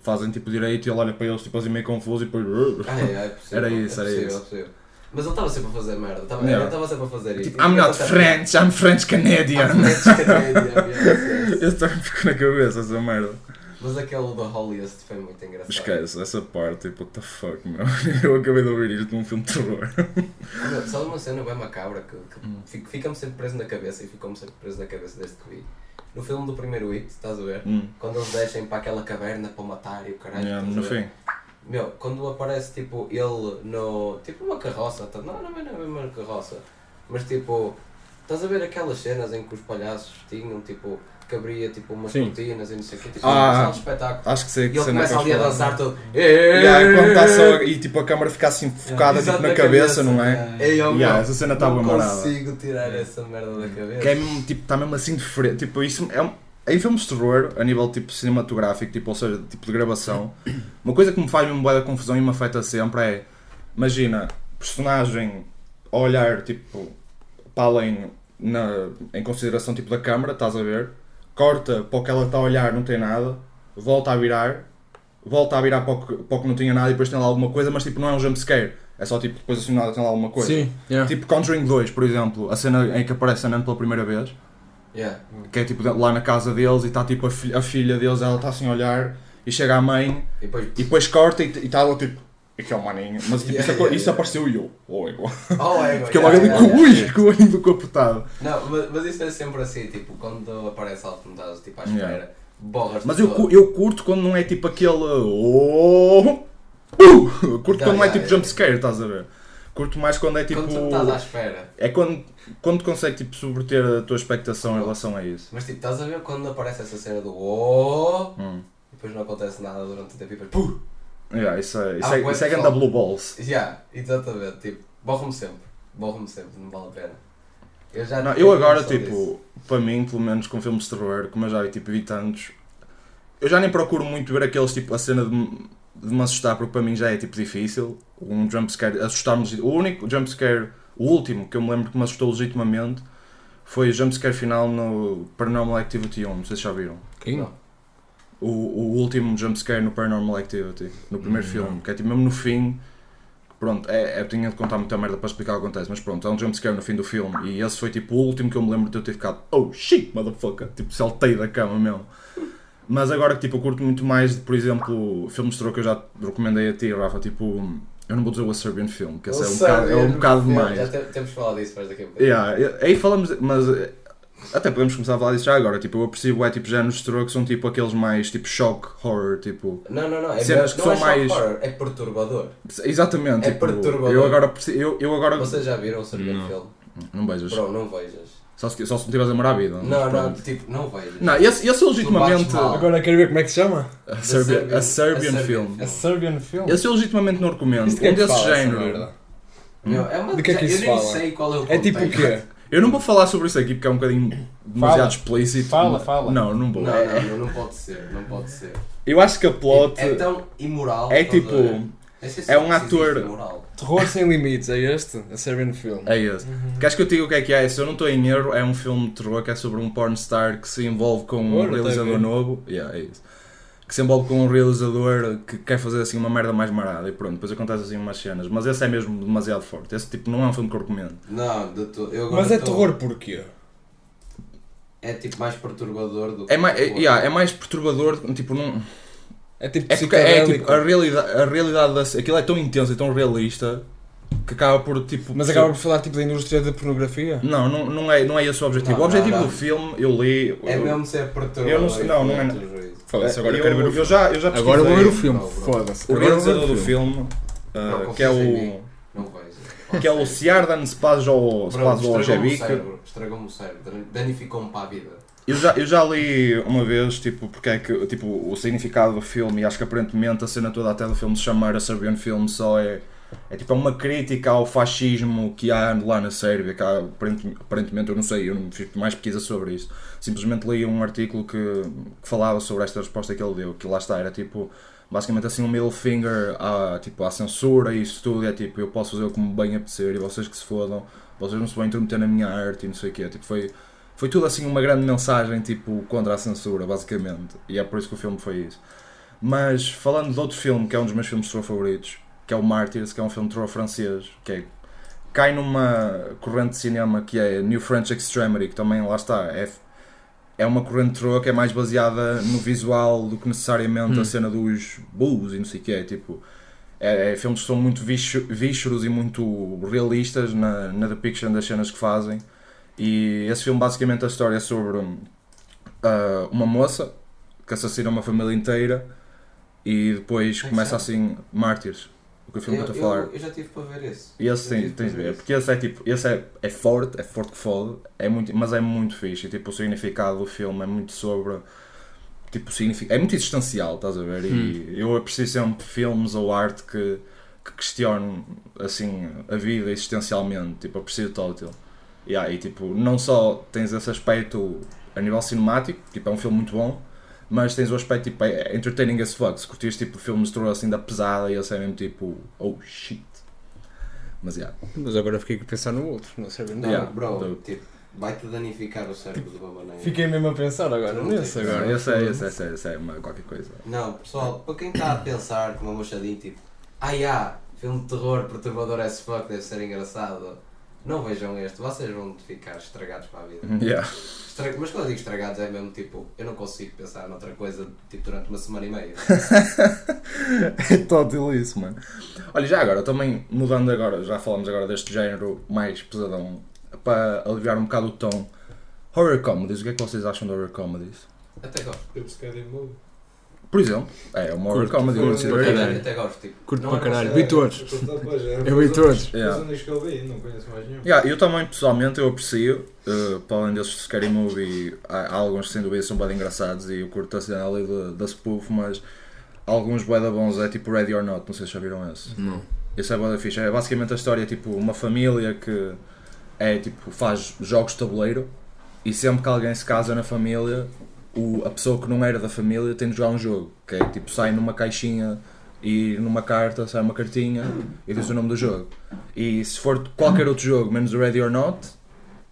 Speaker 3: fazem tipo direito e ele olha para eles tipo assim meio confuso e
Speaker 5: (laughs)
Speaker 3: depois.
Speaker 5: Ah, é, é possível.
Speaker 3: Era isso,
Speaker 5: é
Speaker 3: era
Speaker 5: possível,
Speaker 3: isso.
Speaker 5: É possível. Mas ele estava sempre a fazer merda, estava,
Speaker 3: Yeah.
Speaker 5: ele estava sempre a fazer isso.
Speaker 3: Tipo, I'm not French, I'm French
Speaker 5: (laughs)
Speaker 3: Canadian.
Speaker 5: French.
Speaker 3: Esse também ficou na cabeça, essa merda.
Speaker 5: Mas aquele do Holiest foi muito engraçado.
Speaker 3: Esquece, essa parte, tipo, what the fuck, meu. (laughs) Eu acabei de ouvir isto num filme de terror. (laughs)
Speaker 5: Olha, Sabe uma cena bem macabra que, que
Speaker 3: Hum.
Speaker 5: fico- fica-me sempre preso na cabeça e ficou-me sempre preso na cabeça desde que vi? No filme do primeiro It, estás a ver?
Speaker 3: Hum.
Speaker 5: Quando eles descem para aquela caverna para matar e o caralho.
Speaker 3: Yeah,
Speaker 5: estás a
Speaker 3: no
Speaker 5: ver?
Speaker 3: fim.
Speaker 5: Meu, quando aparece tipo ele no. tipo numa carroça, tá- não, não é na mesma carroça, mas tipo. Estás a ver aquelas cenas em que os palhaços tinham, tipo, que abria tipo umas
Speaker 6: Sim.
Speaker 5: cortinas e não sei o quê, tipo,
Speaker 3: Ah.
Speaker 5: uma sala de espetáculo.
Speaker 3: Acho que sei
Speaker 5: E
Speaker 3: que
Speaker 5: ele
Speaker 3: cena É,
Speaker 5: começa
Speaker 3: que
Speaker 5: ali a
Speaker 3: eles
Speaker 5: dançar todo.
Speaker 3: falam. é Yeah, quando tá só-
Speaker 5: (laughs)
Speaker 3: e tipo a câmera fica assim focada tipo,
Speaker 5: Exato,
Speaker 3: na
Speaker 5: na
Speaker 3: cabeça,
Speaker 5: cabeça,
Speaker 3: não é?
Speaker 5: Ei,
Speaker 3: Yeah,
Speaker 5: oh, meu,
Speaker 3: essa cena está tá bem
Speaker 5: não
Speaker 3: morada.
Speaker 5: consigo tirar essa merda da cabeça.
Speaker 3: Que é mesmo, tipo, está mesmo assim de frente. Tipo, isso é um- em filmes de terror, a nível tipo cinematográfico, tipo, ou seja, tipo de gravação, uma coisa que me faz mesmo boa da confusão e me afeta sempre é, imagina, personagem a olhar tipo para além na, em consideração tipo da câmara, estás a ver, corta para o que ela está a olhar, não tem nada, volta a virar, volta a virar para o que, para o que não tinha nada e depois tem lá alguma coisa, mas tipo não é um jumpscare, é só tipo depois assim do nada tem lá alguma coisa.
Speaker 6: Sim, é. yeah.
Speaker 3: Tipo Conjuring 2, por exemplo, a cena em que aparece a Nan pela primeira vez,
Speaker 5: Yeah.
Speaker 3: que é tipo lá na casa deles e está tipo a, fi- a filha deles, ela está assim a olhar e chega a mãe
Speaker 5: E depois.
Speaker 3: e depois corta e está ela tipo, aqui é o maninho, mas tipo,
Speaker 5: Yeah,
Speaker 3: isso,
Speaker 5: yeah,
Speaker 3: aco- isso
Speaker 5: yeah.
Speaker 3: apareceu e eu, ou igual.
Speaker 5: Oh, é,
Speaker 3: (laughs) Fiquei
Speaker 5: yeah,
Speaker 3: logo ali
Speaker 5: yeah,
Speaker 3: com
Speaker 5: yeah.
Speaker 3: ui, com o olho (laughs) do capotado.
Speaker 5: Não, mas, mas isso é sempre assim, tipo, quando aparece algo que não estás tipo, à
Speaker 3: Yeah.
Speaker 5: espera, borras-te
Speaker 3: Mas eu,
Speaker 5: todo.
Speaker 3: cu- eu curto quando não é tipo aquele. Oh, uh, curto
Speaker 5: Yeah,
Speaker 3: quando não é
Speaker 5: yeah,
Speaker 3: tipo
Speaker 5: yeah.
Speaker 3: jumpscare, estás a ver? Curto mais quando é tipo.
Speaker 5: Quando tu não estás à espera.
Speaker 3: É quando, quando consegue tipo subverter a tua expectação em relação a isso.
Speaker 5: Mas tipo, estás a ver quando aparece essa cena do oh,
Speaker 3: Hum.
Speaker 5: e depois não acontece nada durante o tempo e depois puh!
Speaker 3: Yeah, isso é, isso
Speaker 5: Ah,
Speaker 3: é,
Speaker 5: bué
Speaker 3: isso é
Speaker 5: pessoal.
Speaker 3: ganda blue balls.
Speaker 5: Yeah, exatamente, tipo, borro-me sempre, borro-me sempre, não vale a pena. Eu já
Speaker 3: Não,
Speaker 5: tenho
Speaker 3: eu agora,
Speaker 5: noção
Speaker 3: tipo,
Speaker 5: disso.
Speaker 3: para mim, pelo menos com filmes de terror, como eu já vi, tipo, vi tantos, eu já nem procuro muito ver aqueles, tipo, a cena de, me- de me assustar, porque para mim já é, tipo, difícil. Um jumpscare, assustar-me. O único jumpscare, o último que eu me lembro que me assustou legitimamente foi o jumpscare final no Paranormal Activity 1, não sei se já viram.
Speaker 6: Quem?
Speaker 5: Não.
Speaker 3: O, o último jumpscare no Paranormal Activity, no primeiro filme, que é tipo mesmo no fim. Pronto, é, eu tinha de contar muita merda para explicar o que acontece, mas pronto, é um jumpscare no fim do filme. E esse foi tipo o último que eu me lembro de eu ter ficado, oh shit, motherfucker, tipo saltei da cama mesmo. Mas agora que tipo, eu curto muito mais, de, por exemplo, filmes de terror que eu já te recomendei a ti, Rafa, tipo, eu não vou dizer o A Serbian Film, que esse é um
Speaker 5: Nossa,
Speaker 3: bocado, é um
Speaker 5: mesmo,
Speaker 3: bocado
Speaker 5: yeah,
Speaker 3: demais.
Speaker 5: Já te- temos falado disso, mas daqui a um pouco.
Speaker 3: Yeah, eu- aí falamos, mas eh, até podemos começar a falar disso já agora. Tipo, eu percebo, é tipo, géneros de terror que são tipo aqueles mais tipo shock horror, tipo.
Speaker 5: Não, não, não, é,
Speaker 3: Cenas que
Speaker 5: não
Speaker 3: são
Speaker 5: é shock
Speaker 3: mais-
Speaker 5: horror, é perturbador.
Speaker 3: Exatamente,
Speaker 5: É
Speaker 3: tipo,
Speaker 5: perturbador.
Speaker 3: Eu agora percebo, eu, eu agora.
Speaker 5: Vocês já viram o Serbian Film?
Speaker 3: Não beijas,
Speaker 5: Bro, não vejas.
Speaker 3: só se, só se não estiveres a morar a vida. mas
Speaker 5: Não, não,
Speaker 3: pronto.
Speaker 5: tipo, não vejas.
Speaker 3: Não, esse, esse é legitimamente.
Speaker 5: Tu bates mal.
Speaker 2: Agora quero ver como é que se chama.
Speaker 3: A Serbian, a Serbian film.
Speaker 2: A Serbian Film.
Speaker 3: Esse eu legitimamente não recomendo.
Speaker 2: Isto que é
Speaker 3: um
Speaker 2: que
Speaker 3: desse
Speaker 2: fala essa
Speaker 3: género.
Speaker 2: merda?
Speaker 5: Meu, é uma,
Speaker 2: De que é que
Speaker 5: eu
Speaker 2: isso
Speaker 5: nem
Speaker 2: fala?
Speaker 5: sei qual é o
Speaker 2: É tipo o
Speaker 5: contexto.
Speaker 2: quê?
Speaker 3: Eu não vou falar sobre isso aqui porque é um bocadinho demasiado explícito.
Speaker 2: Fala, fala.
Speaker 3: Não, não vou.
Speaker 5: Não,
Speaker 3: É-
Speaker 5: não, não, não pode ser, não pode ser.
Speaker 3: Eu acho que a plot
Speaker 5: É tão imoral.
Speaker 3: é
Speaker 5: estás a
Speaker 3: tipo.
Speaker 5: ver? Nem sei se
Speaker 3: é um
Speaker 5: existe
Speaker 3: ator-
Speaker 5: imoral.
Speaker 2: Terror Sem Limites, é este? A Serbian Film.
Speaker 3: É esse. Queres que eu te diga o que é que é? Se eu não estou em erro, é um filme de terror que é sobre um pornstar que se envolve com um
Speaker 2: Ora, tá
Speaker 3: realizador
Speaker 2: bem.
Speaker 3: novo. Yeah, é isso. Que se envolve com um realizador que quer fazer assim uma merda mais marada e pronto, depois acontece assim umas cenas. Mas esse é mesmo demasiado forte. Esse tipo não é um filme que eu recomendo.
Speaker 5: Não, de todo. Eu agora
Speaker 2: Mas é
Speaker 5: tô-
Speaker 2: terror porquê?
Speaker 5: É tipo mais perturbador do que.
Speaker 3: É mais, é,
Speaker 5: terror.
Speaker 3: yeah, é mais perturbador, tipo, não.
Speaker 2: É tipo
Speaker 3: É porque é,
Speaker 2: psicodélico.
Speaker 3: tipo, a realidade, a realidade da- aquilo é tão intenso e tão realista que acaba por tipo.
Speaker 2: Mas acaba por falar tipo da indústria da pornografia?
Speaker 3: Não, não, não, é, não é esse o objetivo.
Speaker 5: Não,
Speaker 3: o objetivo
Speaker 5: não, não.
Speaker 3: do filme, eu li.
Speaker 5: É
Speaker 3: eu-
Speaker 5: mesmo ser perturbador.
Speaker 3: Eu não sei- não, não é
Speaker 5: influente o juízo.
Speaker 3: É, eu, eu já, eu já
Speaker 6: Agora
Speaker 2: é
Speaker 6: vou ver
Speaker 3: pesquisei.
Speaker 6: o filme.
Speaker 5: Não, bro.
Speaker 6: Foda-se.
Speaker 3: O
Speaker 6: Agora vou ver
Speaker 3: realizador do filme,
Speaker 5: Não,
Speaker 3: uh,
Speaker 5: confia
Speaker 3: que é
Speaker 5: em
Speaker 3: o,
Speaker 5: mim. Não vejo.
Speaker 3: que é o é Siardan Spazo
Speaker 5: Estragou-me o
Speaker 3: Spazojevic,
Speaker 5: cérebro, estragou-me o cérebro, danificou-me para a vida.
Speaker 3: eu já, eu já li uma vez tipo, porque é que, tipo, o significado do filme, e acho que aparentemente a cena toda até do filme se chamar a Serbian Film só é, é tipo uma crítica ao fascismo que há lá na Sérvia, que há, aparentemente, aparentemente, eu não sei, eu não fiz mais pesquisa sobre isto, simplesmente li um artigo que, que falava sobre esta resposta que ele deu, que lá está, era tipo, basicamente assim um middle finger à, tipo, à censura e isso tudo, é tipo, eu posso fazer o que me bem apetecer e vocês que se fodam, vocês não se vão intermeter na minha arte e não sei o quê, tipo, foi... Foi tudo assim uma grande mensagem, tipo, contra a censura, basicamente. E é por isso que o filme foi isso. Mas falando de outro filme, que é um dos meus filmes de terror favoritos, que é o Martyrs, que é um filme de terror francês, que é, cai numa corrente de cinema que é New French Extremity, que também lá está, é, é uma corrente de terror que é mais baseada no visual do que necessariamente a cena dos bulls e não sei o que é, tipo... É, é filmes que são muito visce- vísceros e muito realistas na, na depiction das cenas que fazem. E esse filme, basicamente, a história é sobre hum, ah, uma moça que assassina uma família inteira e depois
Speaker 5: Como é que
Speaker 3: começa
Speaker 5: se
Speaker 3: assim: Mártires. O que o
Speaker 5: Eu,
Speaker 3: filme que eu estou a falar.
Speaker 5: eu, eu já tive para ver esse.
Speaker 3: E esse
Speaker 5: Eu
Speaker 3: sim,
Speaker 5: tive
Speaker 3: tens de
Speaker 5: para
Speaker 3: ver.
Speaker 5: isso.
Speaker 3: Porque esse é tipo, esse é, é forte, é forte que fode, é muito, mas é muito fixe. E, tipo, o significado do filme é muito sobre. Tipo, significa, é muito existencial, estás a ver? E eu aprecio sempre filmes ou arte que, que questionam assim, a vida existencialmente. Tipo, aprecio Tótil. E aí, tipo, não só tens esse aspecto a nível cinemático, tipo, é um filme muito bom, mas tens o aspecto tipo, é entertaining as fuck. Se curtires tipo filmes de terror assim da pesada e esse é mesmo tipo, oh shit. Mas yeah.
Speaker 6: Mas agora fiquei a pensar no outro, não serve
Speaker 5: Não,
Speaker 6: nada.
Speaker 3: Yeah.
Speaker 5: bro,
Speaker 3: Então-
Speaker 5: tipo, vai-te danificar o cérebro de uma maneira.
Speaker 2: Fiquei mesmo a pensar agora
Speaker 5: Não
Speaker 2: nisso
Speaker 5: tem
Speaker 2: agora.
Speaker 3: Agora, esse é, esse é, esse é, esse é uma, qualquer coisa. (laughs)
Speaker 5: Não, pessoal, para quem está a pensar com uma mochadinha tipo, ai ah, filme de terror perturbador as fuck, deve ser engraçado. Não vejam este, vocês vão ficar estragados para a vida.
Speaker 3: Yeah.
Speaker 5: Estra- Mas quando eu digo estragados é mesmo tipo, eu não consigo pensar noutra coisa tipo durante uma semana e meia.
Speaker 3: é total isso, mano. Olha, já agora, também mudando agora, já falamos agora deste género mais pesadão, para aliviar um bocado o tom. Horror comedies, o que é que vocês acham de horror comedies?
Speaker 5: Até gosto.
Speaker 4: Tipo Scary Movie.
Speaker 3: Por exemplo, é uma horror
Speaker 6: Curto,
Speaker 3: comedy. eu
Speaker 6: curto,
Speaker 3: curto
Speaker 6: curto.
Speaker 3: bem.
Speaker 5: Até,
Speaker 6: caralho.
Speaker 5: até gosto, tipo.
Speaker 6: Curto
Speaker 5: não
Speaker 6: para
Speaker 5: é uma
Speaker 6: caralho.
Speaker 5: cena-
Speaker 6: Vi todos. Eu
Speaker 4: Eu
Speaker 6: vi todos.
Speaker 3: Yeah.
Speaker 4: Os únicos que eu vi, não conheço mais nenhum.
Speaker 3: Yeah, eu também, pessoalmente, eu aprecio. Uh, para além desses Scary Movie, há, há alguns que sem dúvida são bem engraçados e eu curto a cena ali da, da spoof, mas alguns bué da bons é tipo Ready or Not, não sei se já viram esse.
Speaker 6: Não.
Speaker 3: Esse é bué da fixe. É basicamente a história, tipo, uma família que é tipo, faz jogos de tabuleiro e sempre que alguém se casa na família, o, a pessoa que não era da família tem de jogar um jogo, que é tipo, sai numa caixinha e numa carta sai uma cartinha e diz o nome do jogo. E se for qualquer outro jogo, menos o Ready or Not,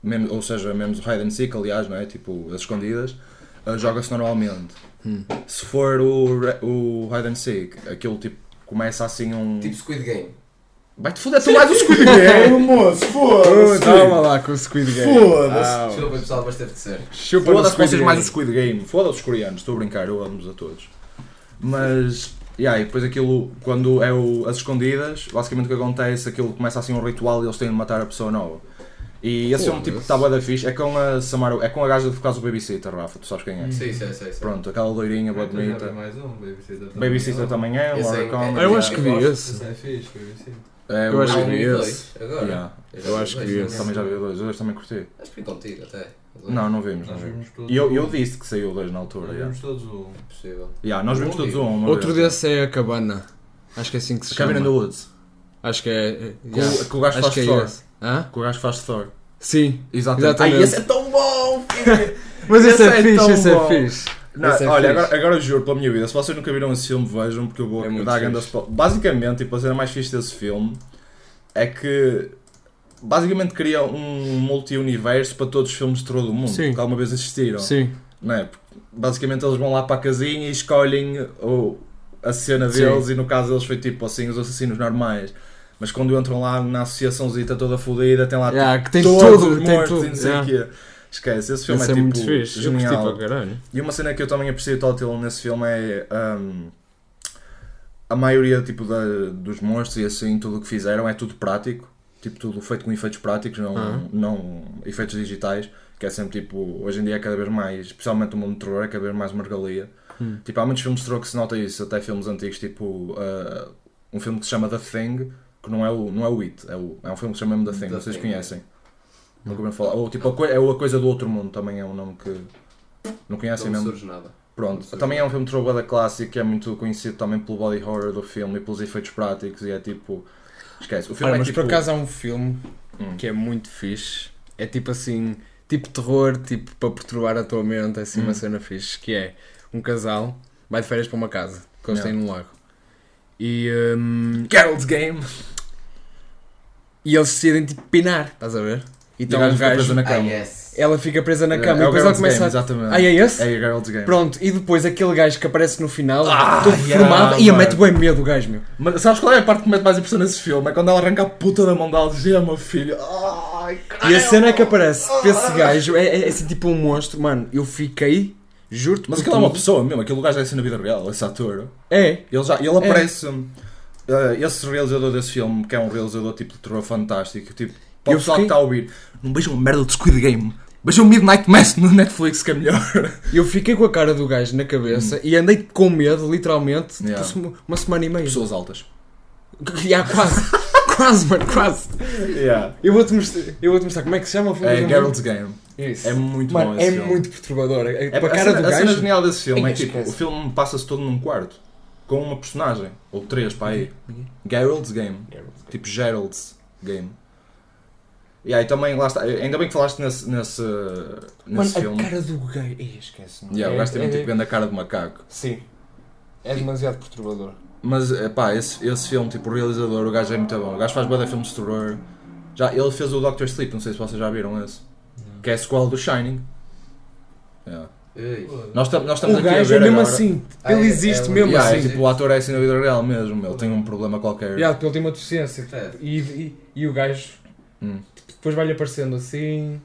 Speaker 3: mesmo- ou seja, menos o Hide and Seek, aliás, não é? Tipo, as escondidas, ah, joga-se normalmente.
Speaker 6: Hum.
Speaker 3: Se for o, Re- o Hide and Seek, aquilo tipo, começa assim um.
Speaker 5: Tipo Squid Game.
Speaker 3: Vai-te foder, tu mais o Squid Game!
Speaker 2: moço,
Speaker 3: foda-se.
Speaker 2: Calma lá com o Squid Game.
Speaker 3: Foda-se.
Speaker 5: Desculpa pessoal, mas teve de ser.
Speaker 2: Chupa no
Speaker 3: Foda-se
Speaker 2: Squid
Speaker 3: vocês
Speaker 2: Game.
Speaker 3: mais o Squid Game, foda-se os coreanos, estou a brincar, eu amo-vos a todos. Mas, yeah, e depois aquilo, quando é o, as escondidas, basicamente o que acontece, aquilo começa assim um ritual e eles têm de matar a pessoa nova. E esse é um tipo que está bué da fixe, é com a Samara, é com a gaja de por causa do Babysitter, Rafa, tu sabes quem
Speaker 6: Hum.
Speaker 3: é.
Speaker 5: Sim, sim, sim. sim.
Speaker 3: Pronto, aquela loirinha
Speaker 6: É,
Speaker 3: boa
Speaker 4: Ah, então já
Speaker 3: bonita.
Speaker 4: vi mais um, Babysitter também.
Speaker 3: tá. Babysitter também é,
Speaker 5: Esse
Speaker 3: Laura
Speaker 5: é-
Speaker 3: Conner.
Speaker 5: é-
Speaker 6: Eu acho que vi
Speaker 5: gosto.
Speaker 6: esse.
Speaker 4: Isso é fixe, Babysitter.
Speaker 3: É,
Speaker 6: eu
Speaker 3: o-
Speaker 6: acho
Speaker 5: Há
Speaker 6: que
Speaker 5: um
Speaker 6: vi
Speaker 5: e dois, Agora.
Speaker 3: Yeah,
Speaker 5: já
Speaker 6: Eu
Speaker 5: vi
Speaker 6: acho que
Speaker 5: dois,
Speaker 6: vi
Speaker 5: não
Speaker 6: esse.
Speaker 5: é?
Speaker 3: também já vi o dois, os dois também curti.
Speaker 5: Acho que vi contigo até.
Speaker 3: Não, não vimos, não
Speaker 4: Nós
Speaker 3: vimos.
Speaker 4: vimos todos.
Speaker 3: E eu,
Speaker 4: o
Speaker 3: eu
Speaker 4: um.
Speaker 3: disse que saiu o dois na
Speaker 4: Nós
Speaker 3: altura, yeah.
Speaker 4: vimos todos o um.
Speaker 5: Impossível.
Speaker 3: Yeah, nós vimos
Speaker 4: Um
Speaker 3: todos
Speaker 4: dia.
Speaker 3: um. uma
Speaker 6: Outro
Speaker 3: vez.
Speaker 6: desse é a cabana. Acho que é assim que se
Speaker 3: Cabin in the
Speaker 6: chama.
Speaker 3: Woods.
Speaker 6: Acho que é.
Speaker 3: Com,
Speaker 6: yeah.
Speaker 3: com o gajo
Speaker 6: Acho
Speaker 3: faz
Speaker 6: que
Speaker 3: Thor.
Speaker 6: é esse. Hã?
Speaker 3: Com o gajo faz Thor.
Speaker 6: Sim.
Speaker 3: Exatamente.
Speaker 6: Exatamente.
Speaker 3: Ai, esse é tão bom! filho.
Speaker 6: Mas
Speaker 3: Esse
Speaker 6: esse é
Speaker 3: é tão
Speaker 6: fixe, esse
Speaker 3: bom.
Speaker 6: é fixe.
Speaker 3: (laughs) Não,
Speaker 6: Esse é
Speaker 3: olha,
Speaker 6: fixe.
Speaker 3: agora, agora eu juro pela minha vida, se vocês nunca viram esse filme, vejam, porque eu vou
Speaker 2: É muito
Speaker 3: dar a grande
Speaker 2: fixe.
Speaker 3: spo- Basicamente, tipo, a cena mais fixe desse filme é que basicamente cria um multi-universo para todos os filmes de terror do mundo
Speaker 6: Sim.
Speaker 3: que alguma vez existiram.
Speaker 6: Sim.
Speaker 3: Não é? Porque, Basicamente eles vão lá para a casinha e escolhem o, a cena
Speaker 6: Sim.
Speaker 3: deles e no caso eles foi tipo assim, os assassinos normais. Mas quando entram lá na associaçãozita toda fodida, tem lá
Speaker 6: Yeah, que tem
Speaker 3: todos
Speaker 6: tudo,
Speaker 3: os
Speaker 6: tem
Speaker 3: mortos e
Speaker 6: tudo.
Speaker 3: não sei o
Speaker 6: yeah.
Speaker 3: quê. Esquece, esse filme
Speaker 6: Esse
Speaker 3: é,
Speaker 6: é
Speaker 3: tipo
Speaker 6: muito fixe. Eu curti
Speaker 3: genial.
Speaker 6: para caralho.
Speaker 3: E uma cena que eu também aprecio Tótil nesse filme é hum, a maioria tipo, da- dos monstros e assim, tudo o que fizeram é tudo prático, tipo tudo feito com efeitos práticos, não,
Speaker 6: Aham.
Speaker 3: não efeitos digitais, que é sempre tipo, hoje em dia é cada vez mais, especialmente o mundo do terror, é cada vez mais uma regalia.
Speaker 6: Hum.
Speaker 3: Tipo, há muitos filmes de terror que se nota isso, até filmes antigos, tipo ah, um filme que se chama The Thing, que não é o, não é o It, é, o- é um filme que se chama mesmo The Thing,
Speaker 5: The
Speaker 3: vocês
Speaker 5: Thing,
Speaker 3: conhecem. Nunca ouviram falar. Ou tipo, a coi- é o A Coisa do Outro Mundo, também é um nome que.
Speaker 2: É
Speaker 3: Não
Speaker 2: assim
Speaker 3: conhecem
Speaker 5: não
Speaker 3: mesmo?
Speaker 5: surge nada.
Speaker 3: Pronto, também é um filme de terror da clássico, é muito conhecido também pelo body horror do filme e pelos efeitos práticos e é tipo. Esquece, o filme
Speaker 2: Olha,
Speaker 3: é
Speaker 2: mas
Speaker 3: tipo.
Speaker 2: por acaso há um filme
Speaker 3: Hum.
Speaker 2: que é muito fixe. É tipo assim, tipo terror, tipo para perturbar a tua mente, é assim uma
Speaker 3: Hum.
Speaker 2: cena fixe, que é um casal vai de férias para uma casa que eles
Speaker 3: Yeah.
Speaker 2: têm no lago. E, hum,
Speaker 3: Geralt's Game!
Speaker 2: e eles decidem tipo pinar, estás a ver? E
Speaker 3: E o
Speaker 2: Então
Speaker 3: gajo
Speaker 2: um
Speaker 3: fica preso
Speaker 2: gajo,
Speaker 3: na
Speaker 5: Ah,
Speaker 3: cama.
Speaker 5: yes.
Speaker 2: ela fica presa na cama
Speaker 3: é
Speaker 2: e
Speaker 3: o
Speaker 2: depois ela
Speaker 3: Geralt's
Speaker 2: começa
Speaker 3: Game,
Speaker 2: a...
Speaker 3: exatamente.
Speaker 2: Ah, é esse?
Speaker 3: É o Geralt's Game.
Speaker 2: Pronto, e depois aquele gajo que aparece no final,
Speaker 3: Ah,
Speaker 2: todo
Speaker 3: yeah,
Speaker 2: formado, e a
Speaker 3: mano.
Speaker 2: mete bem medo o gajo, meu.
Speaker 3: Mas sabes qual é a parte que me mete mais impressão nesse filme? É quando ela arranca a puta da mão da algema, filho. Ai,
Speaker 2: E
Speaker 3: caralho.
Speaker 2: a cena que aparece para esse gajo é, é- é assim tipo um monstro, mano. Eu fiquei, juro-te.
Speaker 3: Mas
Speaker 2: por
Speaker 3: aquilo é uma
Speaker 2: tudo.
Speaker 3: pessoa mesmo, aquele gajo é assim na vida real, esse ator.
Speaker 2: É,
Speaker 3: Ele, já, ele aparece. eh, esse realizador desse filme, que é um realizador tipo de terror fantástico, tipo, para o
Speaker 2: Eu
Speaker 3: pessoal
Speaker 2: fiquei-
Speaker 3: que está a ouvir, não vejam a merda de Squid Game, vejam Midnight Mass no Netflix que
Speaker 2: (laughs)
Speaker 3: é melhor.
Speaker 2: eu fiquei com a cara do gajo na cabeça e andei com medo, literalmente,
Speaker 3: Hum. Yeah.
Speaker 2: (laughs) por se- uma semana e meia.
Speaker 3: Pessoas altas.
Speaker 2: Já, quase. quase, mano, quase.
Speaker 3: Yeah.
Speaker 2: Eu vou-te mostrar, eu vou-te mostrar como é que se chama o filme.
Speaker 3: É
Speaker 2: do
Speaker 3: Geralt's Game.
Speaker 2: Isso.
Speaker 3: É muito
Speaker 2: Mano,
Speaker 3: bom
Speaker 2: é
Speaker 3: esse filme.
Speaker 2: muito perturbador. É,
Speaker 3: É,
Speaker 2: para a
Speaker 3: a,
Speaker 2: cara
Speaker 3: cena,
Speaker 2: do
Speaker 3: a cena
Speaker 2: gajo.
Speaker 3: genial desse filme
Speaker 2: Ai,
Speaker 3: é tipo,
Speaker 2: esquece.
Speaker 3: o filme passa-se todo num quarto, com uma personagem, ou três, pá aí. Geralt's Game. Tipo Geralt's Game. E aí também, lá está, ainda bem que falaste nesse, nesse,
Speaker 2: Mano,
Speaker 3: nesse filme.
Speaker 2: a cara do gajo. Ei, esquece. mano.
Speaker 3: Yeah, o
Speaker 2: É-
Speaker 3: gajo tem
Speaker 2: é-
Speaker 3: tipo grande a cara de macaco.
Speaker 2: Sim. É demasiado perturbador.
Speaker 3: Mas, eh, pá, esse, esse filme, tipo, o realizador, o gajo é muito bom. O gajo faz bué de filmes de terror. Já, ele fez o Doctor Sleep, não sei se vocês já viram esse. Que é a sequela do Shining. Yeah. Nós, tam- nós estamos
Speaker 2: O
Speaker 3: Tá aqui a
Speaker 2: gajo
Speaker 3: ver Tá
Speaker 2: é mesmo
Speaker 3: agora.
Speaker 2: assim.
Speaker 5: Ah,
Speaker 2: Ele
Speaker 5: é-
Speaker 2: existe
Speaker 5: é-
Speaker 2: mesmo
Speaker 3: Yeah, é
Speaker 2: assim.
Speaker 3: tipo, o ator é assim na vida real mesmo, ele tem um problema qualquer.
Speaker 2: Yeah, ele tem uma deficiência. tá? E, e, e o gajo
Speaker 3: Hum.
Speaker 2: tipo, depois vai-lhe aparecendo assim.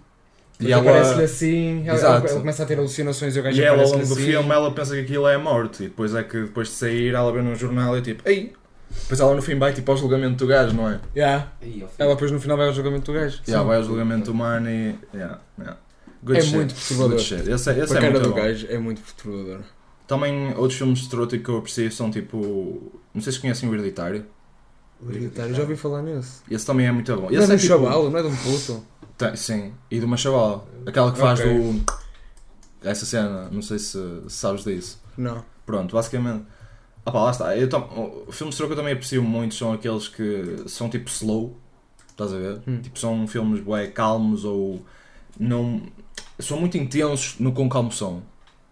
Speaker 3: E
Speaker 2: E
Speaker 3: ela-
Speaker 2: aparece-lhe assim. ele-
Speaker 3: Exato.
Speaker 2: Ele, ele começa a ter alucinações e o gajo
Speaker 3: E ela ao
Speaker 2: aparece-lhe
Speaker 3: longo do
Speaker 2: assim.
Speaker 3: filme ela pensa que aquilo é a morte e depois é que depois de sair ela vê num jornal e é tipo, ei! Depois ela no fim vai tipo ao julgamento do gajo, não é?
Speaker 2: Yeah.
Speaker 5: Ih, ao fim.
Speaker 2: Ela depois no final vai ao julgamento do gajo.
Speaker 3: Yeah, vai ao julgamento humano e. Yeah, yeah. Good
Speaker 2: É
Speaker 3: shit.
Speaker 2: muito perturbador.
Speaker 3: Good shit. Esse, é- esse
Speaker 2: Para
Speaker 3: é
Speaker 2: a cara
Speaker 3: muito
Speaker 2: do
Speaker 3: bom.
Speaker 2: gajo é muito perturbador.
Speaker 3: Também outros filmes de terror que eu aprecio são tipo. Não sei se conhecem o Hereditário.
Speaker 2: Hereditário, já ouvi falar nisso.
Speaker 3: Esse também é muito bom.
Speaker 2: Não é
Speaker 3: Esse
Speaker 2: de um
Speaker 3: é tipo-
Speaker 2: chaval, não é de um puto.
Speaker 3: Tem- sim, e de uma chavala. Aquela que faz
Speaker 2: Ok.
Speaker 3: do. Essa cena, não sei se se sabes disso.
Speaker 2: Não.
Speaker 3: Pronto, basicamente. Ah pá, lá está. Eu tam- o- filmes de terror que eu também aprecio muito são aqueles que são tipo slow, estás a ver?
Speaker 2: Hum.
Speaker 3: Tipo, são filmes bué calmos ou não. São muito intensos no quão calmos são.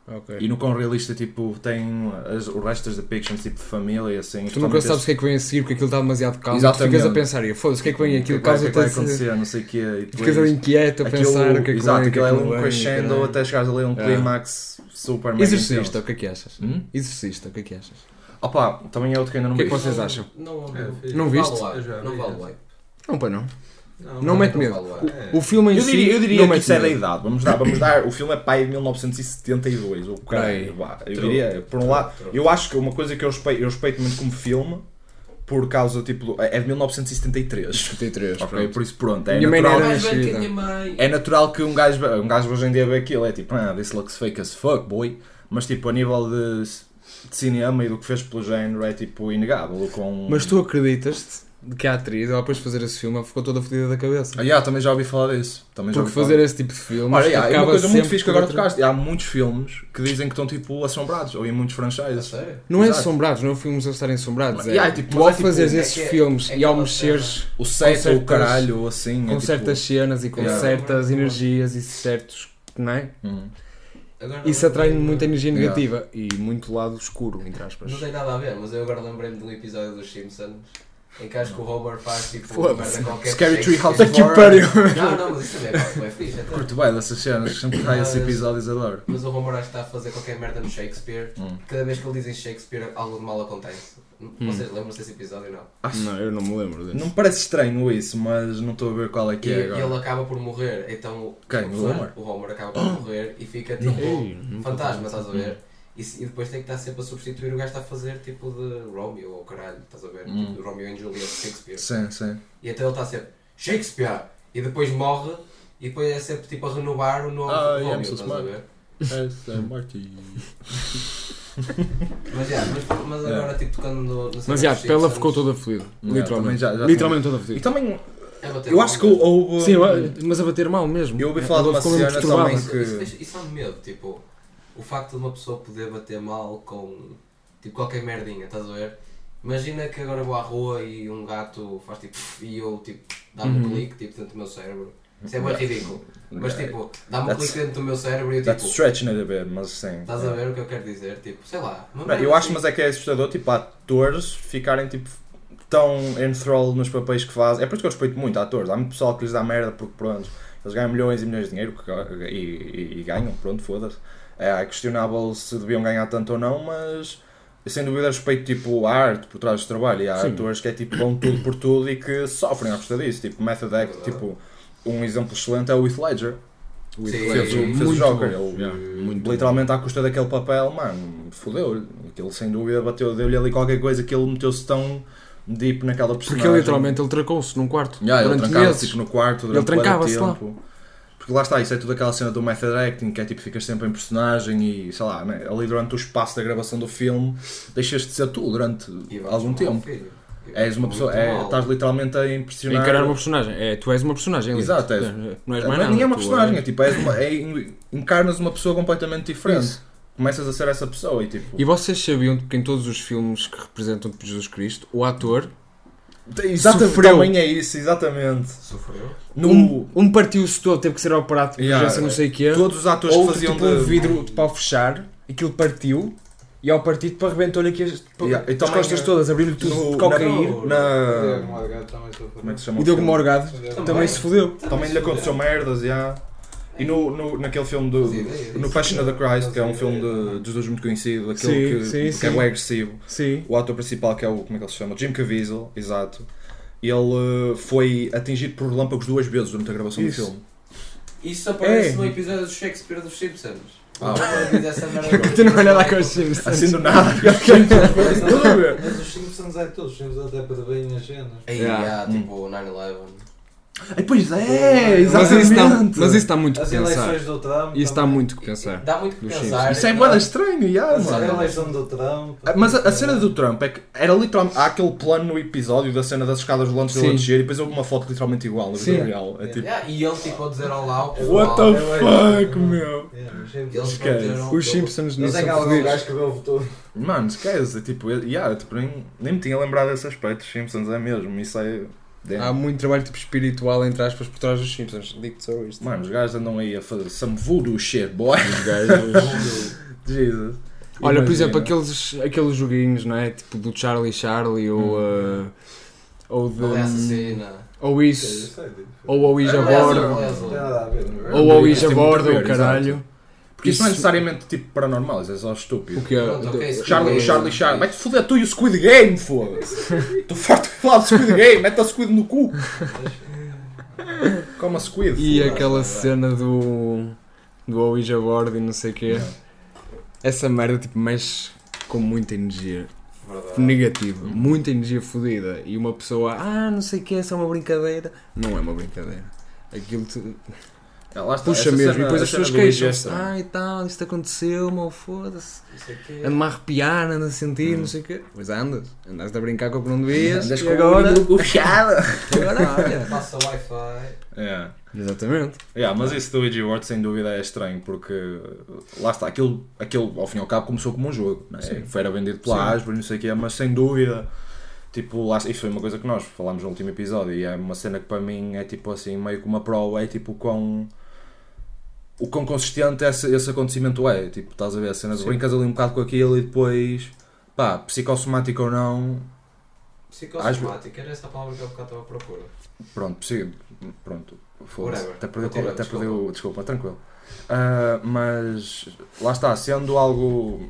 Speaker 2: Ok.
Speaker 3: E no quão realista, tipo, tem as, o resto das depictions, tipo, de família e assim.
Speaker 2: Tu nunca
Speaker 3: especialmente
Speaker 2: sabes o que é que vem a seguir, porque aquilo está demasiado calmo. Tu
Speaker 3: Exatamente.
Speaker 2: ficas a pensar, e foda-se, o que é que vem
Speaker 3: este-
Speaker 2: aquilo?
Speaker 3: o que é que
Speaker 2: Causa-te
Speaker 3: vai
Speaker 2: esse-
Speaker 3: acontecer, não sei o quê. e
Speaker 2: Ficas
Speaker 3: depois-
Speaker 2: ali inquieto um a
Speaker 3: aquilo-
Speaker 2: pensar o que é que
Speaker 3: Exato,
Speaker 2: vem, o que é
Speaker 3: aquilo é
Speaker 2: que não
Speaker 3: um
Speaker 2: vem,
Speaker 3: crescendo
Speaker 2: caralho.
Speaker 3: até chegares ali a um
Speaker 2: Ah.
Speaker 3: clímax super mega
Speaker 2: Exorcista,
Speaker 3: intenso.
Speaker 2: o que é que achas?
Speaker 3: Hum?
Speaker 2: Exorcista, o que é que achas?
Speaker 3: Opa, também é outro que ainda não
Speaker 2: O que é que
Speaker 3: vi.
Speaker 2: vocês acham?
Speaker 5: Não,
Speaker 4: É,
Speaker 5: não,
Speaker 4: fixe.
Speaker 2: Não
Speaker 5: vale
Speaker 2: viste?
Speaker 5: o ar,
Speaker 4: Eu já
Speaker 5: Não
Speaker 4: vi,
Speaker 5: vale
Speaker 4: já.
Speaker 5: o ar.
Speaker 2: Não, pai, não.
Speaker 4: Não,
Speaker 2: Não mete medo.
Speaker 5: Não vale o ar.
Speaker 2: O filme em
Speaker 3: Eu
Speaker 2: si.
Speaker 3: diria, eu diria
Speaker 2: não
Speaker 3: que
Speaker 2: mete
Speaker 3: isso é da
Speaker 2: medo.
Speaker 3: idade. Vamos dar, vamos dar. O filme é pai de 1972. Ou caralho. vá. Eu diria, por um lado, eu acho que uma coisa que eu respeito, eu respeito muito como filme, por causa tipo. do- É de 1973.
Speaker 2: 73,
Speaker 3: (laughs) ok,
Speaker 2: pronto.
Speaker 3: por isso pronto. É
Speaker 2: Minha mãe não
Speaker 3: natural,
Speaker 2: era-
Speaker 5: Mais velho que
Speaker 2: nascida.
Speaker 5: a minha mãe.
Speaker 3: é natural que um gajo, um gajo hoje em dia vê aquilo. É tipo, ah, this looks fake as fuck, boy. Mas tipo, a nível de, de cinema e do que fez pelo género, é tipo inegável. Com...
Speaker 2: Mas tu acreditas de que a atriz, ela depois de fazer esse filme, ela ficou toda fodida da cabeça?
Speaker 3: Ah, yeah, também já ouvi falar disso. Também já
Speaker 2: Porque
Speaker 3: ouvi falar
Speaker 2: fazer esse tipo de filme.
Speaker 3: Olha, yeah, é uma coisa muito fixe que agora tocaste. Há muitos filmes que dizem que estão tipo assombrados, ou em muitos
Speaker 5: A
Speaker 3: franchises.
Speaker 5: sério?
Speaker 2: Não é
Speaker 3: Exato.
Speaker 2: assombrados, não é filmes a estarem assombrados.
Speaker 3: Mas-
Speaker 2: É,
Speaker 3: yeah, é tipo-
Speaker 2: tu
Speaker 3: mas
Speaker 2: ao
Speaker 3: é tipo-
Speaker 2: fazeres
Speaker 5: é
Speaker 2: esses
Speaker 5: que é-
Speaker 2: filmes
Speaker 5: é
Speaker 2: e ao
Speaker 5: aquela
Speaker 2: mexeres
Speaker 3: O set ou
Speaker 2: certas-
Speaker 3: o caralho, ou assim.
Speaker 2: com
Speaker 3: é,
Speaker 2: certas cenas e com
Speaker 3: Yeah.
Speaker 2: certas energias e certos. Não é?
Speaker 3: Tipo... Hum.
Speaker 5: Agora não
Speaker 2: Isso
Speaker 5: sei-
Speaker 2: atrai muita energia
Speaker 3: É. Yeah. é
Speaker 2: negativa e muito lado escuro, entre aspas.
Speaker 5: Não tem nada a ver, mas eu agora lembrei-me de um episódio dos Simpsons em que acho que o Homer faz tipo uma
Speaker 2: Foda-se.
Speaker 5: merda qualquer.
Speaker 3: Scary Tree House
Speaker 5: Shakespeare-
Speaker 3: Floor. pariu!
Speaker 5: Não, não, mas isso também é pá, é fixe. até.
Speaker 3: Curto bem dessas cenas, sempre
Speaker 5: Ah,
Speaker 3: que há
Speaker 5: é.
Speaker 3: esses episódios adoro.
Speaker 5: Mas o Homer acho que está a fazer qualquer merda no Shakespeare.
Speaker 3: Hum.
Speaker 5: Cada vez que ele diz em Shakespeare, algo de mal acontece.
Speaker 2: Hum.
Speaker 5: Vocês lembram-se desse episódio não?
Speaker 2: Ah, Não, eu não me lembro desse.
Speaker 3: Não me parece estranho isso, mas não estou a ver qual é
Speaker 5: E,
Speaker 3: que é
Speaker 5: e ele
Speaker 3: agora.
Speaker 5: acaba por morrer, então
Speaker 3: Quem?
Speaker 5: o,
Speaker 3: O Homer? Oh!
Speaker 5: o Homer acaba por morrer e fica tipo fantasma, estás a ver? E, se- e depois tem que estar sempre a substituir o gajo que está a fazer tipo de Romeo ou caralho, estás a ver?
Speaker 3: Hum.
Speaker 5: Tipo de Romeo and Juliet, Shakespeare.
Speaker 3: Sim, sim.
Speaker 5: E então ele está sempre Shakespeare! E depois morre e depois é sempre tipo a renovar o nome
Speaker 3: Ah,
Speaker 5: do
Speaker 3: yeah, I'm
Speaker 5: Romeo,
Speaker 3: so
Speaker 5: estás a
Speaker 3: smart.
Speaker 5: ver?
Speaker 3: Sim,
Speaker 5: Mas, yeah, mas, mas agora
Speaker 3: Yeah.
Speaker 5: tipo tocando no, na cena
Speaker 2: Mas já,
Speaker 5: dos
Speaker 2: ela
Speaker 5: Simpsons,
Speaker 2: ficou toda fodida.
Speaker 3: Yeah, também
Speaker 2: literalmente.
Speaker 3: já- já
Speaker 2: literalmente toda
Speaker 3: E
Speaker 2: fodida.
Speaker 3: também,
Speaker 5: é bater
Speaker 3: eu
Speaker 5: na
Speaker 3: acho que
Speaker 5: onda.
Speaker 3: houve.
Speaker 2: Sim, mas- mas a bater mal mesmo.
Speaker 3: Eu ouvi falar de
Speaker 2: Ela
Speaker 3: uma
Speaker 2: ficou mesmo
Speaker 3: cena também
Speaker 2: perturbada.
Speaker 5: Isso- Isso,
Speaker 3: que.
Speaker 5: deixa- isso dá-me medo, tipo, o facto de uma pessoa poder bater mal com tipo, qualquer merdinha, estás a ver? Imagina que agora vou à rua e um gato faz tipo e eu tipo dá-me um clique tipo, dentro do meu cérebro. Isso é bem ridículo. Mas tipo, dá-me um
Speaker 3: That's-
Speaker 5: clique dentro do meu cérebro e eu
Speaker 3: That's
Speaker 5: tipo,
Speaker 3: stretching it a bit, mas sim.
Speaker 5: estás a ver o que eu quero dizer? Tipo, sei lá. uma
Speaker 3: Não,
Speaker 5: merda
Speaker 3: eu acho,
Speaker 5: assim.
Speaker 3: mas é que é assustador, tipo, atores ficarem, tipo, tão enthralled nos papéis que fazem. É por isso que eu respeito muito atores. Há muito pessoal que lhes dá merda porque, pronto, eles ganham milhões e milhões de dinheiro que- e, e- e ganham, pronto, foda-se. É questionável se deviam ganhar tanto ou não, mas eu, sem dúvida respeito, tipo, a arte por trás do trabalho. E há
Speaker 2: Sim.
Speaker 3: atores que é, tipo, dão tudo por tudo e que sofrem à custa disso. Tipo, Method Act, tipo, um exemplo excelente é o Heath Ledger.
Speaker 2: O
Speaker 5: Sim,
Speaker 2: Heath
Speaker 3: Fez,
Speaker 2: Ledger,
Speaker 3: o- né? fez o
Speaker 2: muito
Speaker 3: Joker.
Speaker 2: bom.
Speaker 3: Ele,
Speaker 2: Yeah, muito bom.
Speaker 3: literalmente à custa daquele papel, mano, fodeu-lhe. Aquilo sem dúvida bateu, deu-lhe ali qualquer coisa que ele meteu-se tão deep naquela personagem.
Speaker 2: Porque ele literalmente ele tracou-se num quarto
Speaker 3: Yeah, ele
Speaker 2: durante
Speaker 3: trancava-se,
Speaker 2: meses.
Speaker 3: tipo, no quarto durante
Speaker 2: Ele
Speaker 3: bué de
Speaker 2: trancava-se lá.
Speaker 3: tempo. Porque lá está, isso é tudo aquela cena do method acting, que é tipo, ficas sempre em personagem e sei lá, né, ali durante o espaço da gravação do filme, deixas de ser tu durante
Speaker 5: E vais
Speaker 3: algum
Speaker 5: chamar o
Speaker 3: tempo.
Speaker 5: filho.
Speaker 3: És uma pessoa. é-
Speaker 5: mal.
Speaker 3: estás literalmente a impressionar.
Speaker 2: Encarar uma personagem. É, tu és uma personagem. ali.
Speaker 3: Exato, és.
Speaker 2: Não és
Speaker 3: Mas
Speaker 2: mais nada.
Speaker 3: ninguém é uma
Speaker 2: tu
Speaker 3: personagem, é
Speaker 2: és-
Speaker 3: tipo, és uma- é- encarnas uma pessoa completamente diferente.
Speaker 2: Isso.
Speaker 3: Começas a ser essa pessoa e tipo.
Speaker 2: E vocês sabiam que em todos os filmes que representam Jesus Cristo, o ator,
Speaker 3: Exatamente,
Speaker 2: sofreu.
Speaker 3: também é isso, exatamente.
Speaker 4: Sofreu?
Speaker 3: No,
Speaker 2: um, um partiu-se todo, teve que ser operado por
Speaker 3: Yeah,
Speaker 2: urgência não sei o quê.
Speaker 3: Todos os atores que
Speaker 2: Houve
Speaker 3: faziam
Speaker 2: tipo
Speaker 3: de.
Speaker 2: um vidro tipo, ao fechar, aquilo partiu, e ao partir tipo, arrebentou-lhe aqui as,
Speaker 3: Yeah, e
Speaker 2: as
Speaker 3: também,
Speaker 2: costas
Speaker 3: eh,
Speaker 2: todas, abriu-lhe tudo de cocaína.
Speaker 3: Na,
Speaker 4: Diego
Speaker 3: na,
Speaker 4: Morgado também sofreu.
Speaker 3: Ah, como é que se chama?
Speaker 2: E
Speaker 3: o
Speaker 2: deu
Speaker 3: filme?
Speaker 2: como orgado.
Speaker 4: é
Speaker 2: Também se fodeu.
Speaker 3: Também lhe aconteceu merdas, já. E no, no, naquele filme do. No Passion of the Christ, que é um filme de, de Jesus muito conhecido,
Speaker 2: Sim,
Speaker 3: aquele que,
Speaker 2: sim,
Speaker 3: que
Speaker 2: sim.
Speaker 3: é bem agressivo.
Speaker 2: Sim.
Speaker 3: O ator principal, que é o. Como é que ele se chama? Jim Caviezel, exato. Ele eh, foi atingido por relâmpagos duas vezes durante a gravação
Speaker 2: Isso.
Speaker 3: do filme.
Speaker 5: Isso aparece
Speaker 2: É.
Speaker 5: no episódio do Shakespeare dos Simpsons.
Speaker 3: Ah. (laughs)
Speaker 2: Eu
Speaker 3: é
Speaker 2: continuo a olhar com os Simpsons.
Speaker 3: Assim do nada. Tudo a ver.
Speaker 4: Mas os Simpsons é todos, os Simpsons até para bem nas cenas.
Speaker 5: Aí,
Speaker 6: Yeah.
Speaker 3: Hum.
Speaker 5: há, tipo, 9-11.
Speaker 3: Ai, pois é,
Speaker 2: Mas isso
Speaker 3: exatamente.
Speaker 2: dá- Mas isso está muito que
Speaker 4: As
Speaker 3: é
Speaker 2: pensar.
Speaker 4: eleições do Trump.
Speaker 2: Isso está
Speaker 4: também.
Speaker 2: muito que pensar.
Speaker 5: Dá muito que
Speaker 2: Dos
Speaker 5: pensar. né?
Speaker 3: Isso é
Speaker 5: não?
Speaker 3: boeda estranho, já,
Speaker 4: A
Speaker 3: mano.
Speaker 4: eleição do Trump.
Speaker 3: Ah, Mas a, a cena do Trump é que era literalmente. Há aquele plano no episódio da cena das escadas rolantes dele a
Speaker 2: Sim.
Speaker 3: descer e depois houve uma foto literalmente igual na
Speaker 2: Sim.
Speaker 3: vida real. É tipo.
Speaker 5: Yeah, E ele, tipo, a dizer olá ao
Speaker 3: What
Speaker 5: pessoal.
Speaker 3: the
Speaker 4: pessoal.
Speaker 3: fuck, meu?
Speaker 4: É, os Simpsons.
Speaker 5: Eles
Speaker 3: Esquece.
Speaker 5: prometeram-
Speaker 2: Os Simpsons não
Speaker 4: Mas é que há
Speaker 2: são
Speaker 4: algum
Speaker 2: fodidos.
Speaker 4: gajo que deu o voto.
Speaker 3: Mano, esquece. é Tipo, eu- yeah, tipo nem, nem me tinha lembrado desse aspecto. Os Simpsons é mesmo. Isso é.
Speaker 2: Há
Speaker 3: damn.
Speaker 2: muito trabalho tipo espiritual, entre aspas, por trás dos Simpsons. Digo-te só isto.
Speaker 3: Mano, os gajos andam aí a fazer some voodoo shit, boy. Jesus.
Speaker 2: (laughs) Olha, por
Speaker 3: Imagina.
Speaker 2: exemplo, aqueles, aqueles joguinhos, não é? Tipo do Charlie Charlie ou. uh, ou de.
Speaker 5: Ele é assassina.
Speaker 2: Ou isso.
Speaker 4: tipo,
Speaker 2: Ou o Ouija
Speaker 5: Ele é
Speaker 2: Board.
Speaker 5: azul, ele é azul.
Speaker 2: Ou o Ouija
Speaker 3: Tem muito
Speaker 2: Board,
Speaker 3: a ver,
Speaker 2: ou caralho.
Speaker 3: Porque isso não é
Speaker 2: Isso-
Speaker 3: necessariamente tipo paranormal, isso é só estúpido.
Speaker 2: O que é?
Speaker 5: Pronto, ok, isso
Speaker 3: Charlie,
Speaker 5: é-
Speaker 3: Charlie, Charlie. Vai-te foder tu e o Squid Game, foda-se. Estou farto de falar de Squid Game, mete o Squid no cu. Coma Squid.
Speaker 2: E
Speaker 3: foda-se.
Speaker 2: aquela cena do. do Ouija Board e não sei o quê. Essa merda, tipo, mexe com muita energia negativa, muita energia fodida. E uma pessoa, ah, não sei o que, é só uma brincadeira. Não é uma brincadeira. Aquilo te,
Speaker 3: É, lá está,
Speaker 2: Puxa
Speaker 3: essa
Speaker 2: mesmo, e
Speaker 3: cena-
Speaker 2: depois
Speaker 3: a
Speaker 2: as
Speaker 3: cena
Speaker 2: pessoas
Speaker 3: do Luigi
Speaker 2: queixam-se.
Speaker 3: é estranha.
Speaker 2: Ai tal, isto aconteceu, meu foda-se.
Speaker 5: Isso aqui é-
Speaker 2: Ando-me a arrepiar, ando a sentir, não sei o quê. Pois andas, andas a brincar com o que não devias.
Speaker 3: Hum. Andas
Speaker 2: e
Speaker 3: com o
Speaker 2: agora,
Speaker 3: olho do cu fechado.
Speaker 2: agora
Speaker 3: (laughs)
Speaker 2: olha.
Speaker 5: Passa Wi-Fi.
Speaker 3: É.
Speaker 2: Exatamente.
Speaker 3: Yeah, mas isso do Ouija Board sem dúvida é estranho porque uh, lá está, aquilo, aquilo ao fim e ao cabo começou como um jogo, né? foi era vendido pela Asbury, não sei o que é, mas sem dúvida, tipo, lá, isto foi uma coisa que nós falámos no último episódio e é uma cena que para mim é tipo assim, meio que uma prova, é tipo quão, o quão consistente esse, esse acontecimento é, tipo, estás a ver, a cena de brincas ali um bocado com aquilo e depois, pá, psicossomático ou não,
Speaker 5: Psicossomática, era essa a palavra que eu há bocado estava à procura.
Speaker 3: Pronto, sim, pronto. Foda-se.
Speaker 5: Whatever.
Speaker 3: Até perdeu,
Speaker 5: Continua,
Speaker 3: até
Speaker 5: desculpa.
Speaker 3: perdeu, desculpa, tranquilo. Ah, mas lá está, sendo algo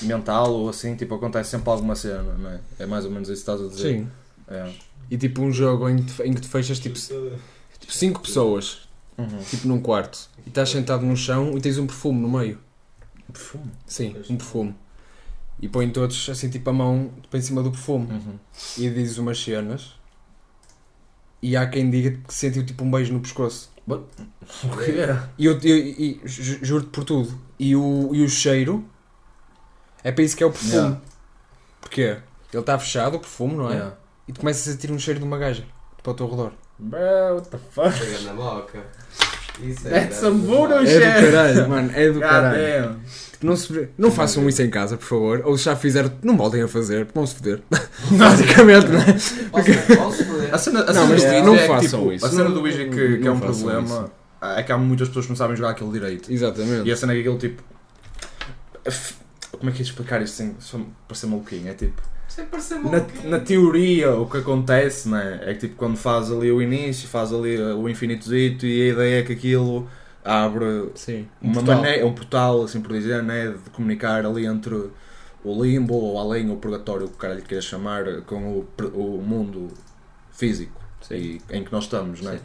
Speaker 3: mental ou assim, tipo, acontece sempre alguma cena, não é? É mais ou menos isso que estás a dizer.
Speaker 2: Sim.
Speaker 3: É.
Speaker 2: E tipo um jogo em, que te- em que tu fechas tipo 5 pessoas,
Speaker 3: Uhum.
Speaker 2: tipo num quarto, e estás sentado no chão e tens um perfume no meio.
Speaker 3: Perfume.
Speaker 2: Sim, um perfume. E põem todos assim tipo a mão tipo, em cima do perfume.
Speaker 3: Uhum.
Speaker 2: E diz umas cenas. E há quem diga que sentiu tipo um beijo no pescoço.
Speaker 3: (laughs) O que é?
Speaker 2: E eu, eu- e ju- juro-te por tudo. E o, e o cheiro é para isso que é o perfume.
Speaker 3: Yeah.
Speaker 2: Porquê? Ele está fechado, o perfume, não é?
Speaker 3: Yeah.
Speaker 2: E tu começas a sentir um cheiro de uma gaja tipo, ao teu redor.
Speaker 3: Bro, what the fuck?
Speaker 5: Pega na moca. Isso é.
Speaker 3: That's some voodoo
Speaker 2: É
Speaker 3: shit!
Speaker 2: do caralho, mano, é do
Speaker 3: God
Speaker 2: caralho.
Speaker 3: damn.
Speaker 2: Não, se- não façam isso em casa, por favor. Ou se já fizeram, não voltem a fazer, vão se
Speaker 3: (laughs)
Speaker 2: foder. (laughs) Basicamente, não é?
Speaker 5: Posso, posso poder?
Speaker 3: A cena, a
Speaker 2: Não,
Speaker 3: cena
Speaker 2: mas
Speaker 3: do Ouija
Speaker 2: não
Speaker 3: é que,
Speaker 2: façam
Speaker 3: tipo,
Speaker 2: isso.
Speaker 3: A cena do
Speaker 2: Não-
Speaker 3: Ouija que, que é
Speaker 2: não
Speaker 3: um
Speaker 2: façam
Speaker 3: problema é que há muitas pessoas que não sabem jogar aquilo direito.
Speaker 2: Exatamente.
Speaker 3: E a cena é que aquele tipo. f- Como é que é de explicar isto sem, sem parecer maluquinho? É tipo.
Speaker 5: Sem parecer
Speaker 3: Na,
Speaker 5: maluco.
Speaker 3: na teoria, o que acontece né, é que tipo, quando faz ali o início, faz ali uh, o infinitozito e a ideia é que aquilo abre
Speaker 2: Sim.
Speaker 3: uma
Speaker 2: Portal.
Speaker 3: maneira, um portal, assim por dizer, né, de comunicar ali entre o limbo ou além, ou o purgatório, o que caralho queiras chamar, com o, pre- o mundo físico e- em que nós estamos, né?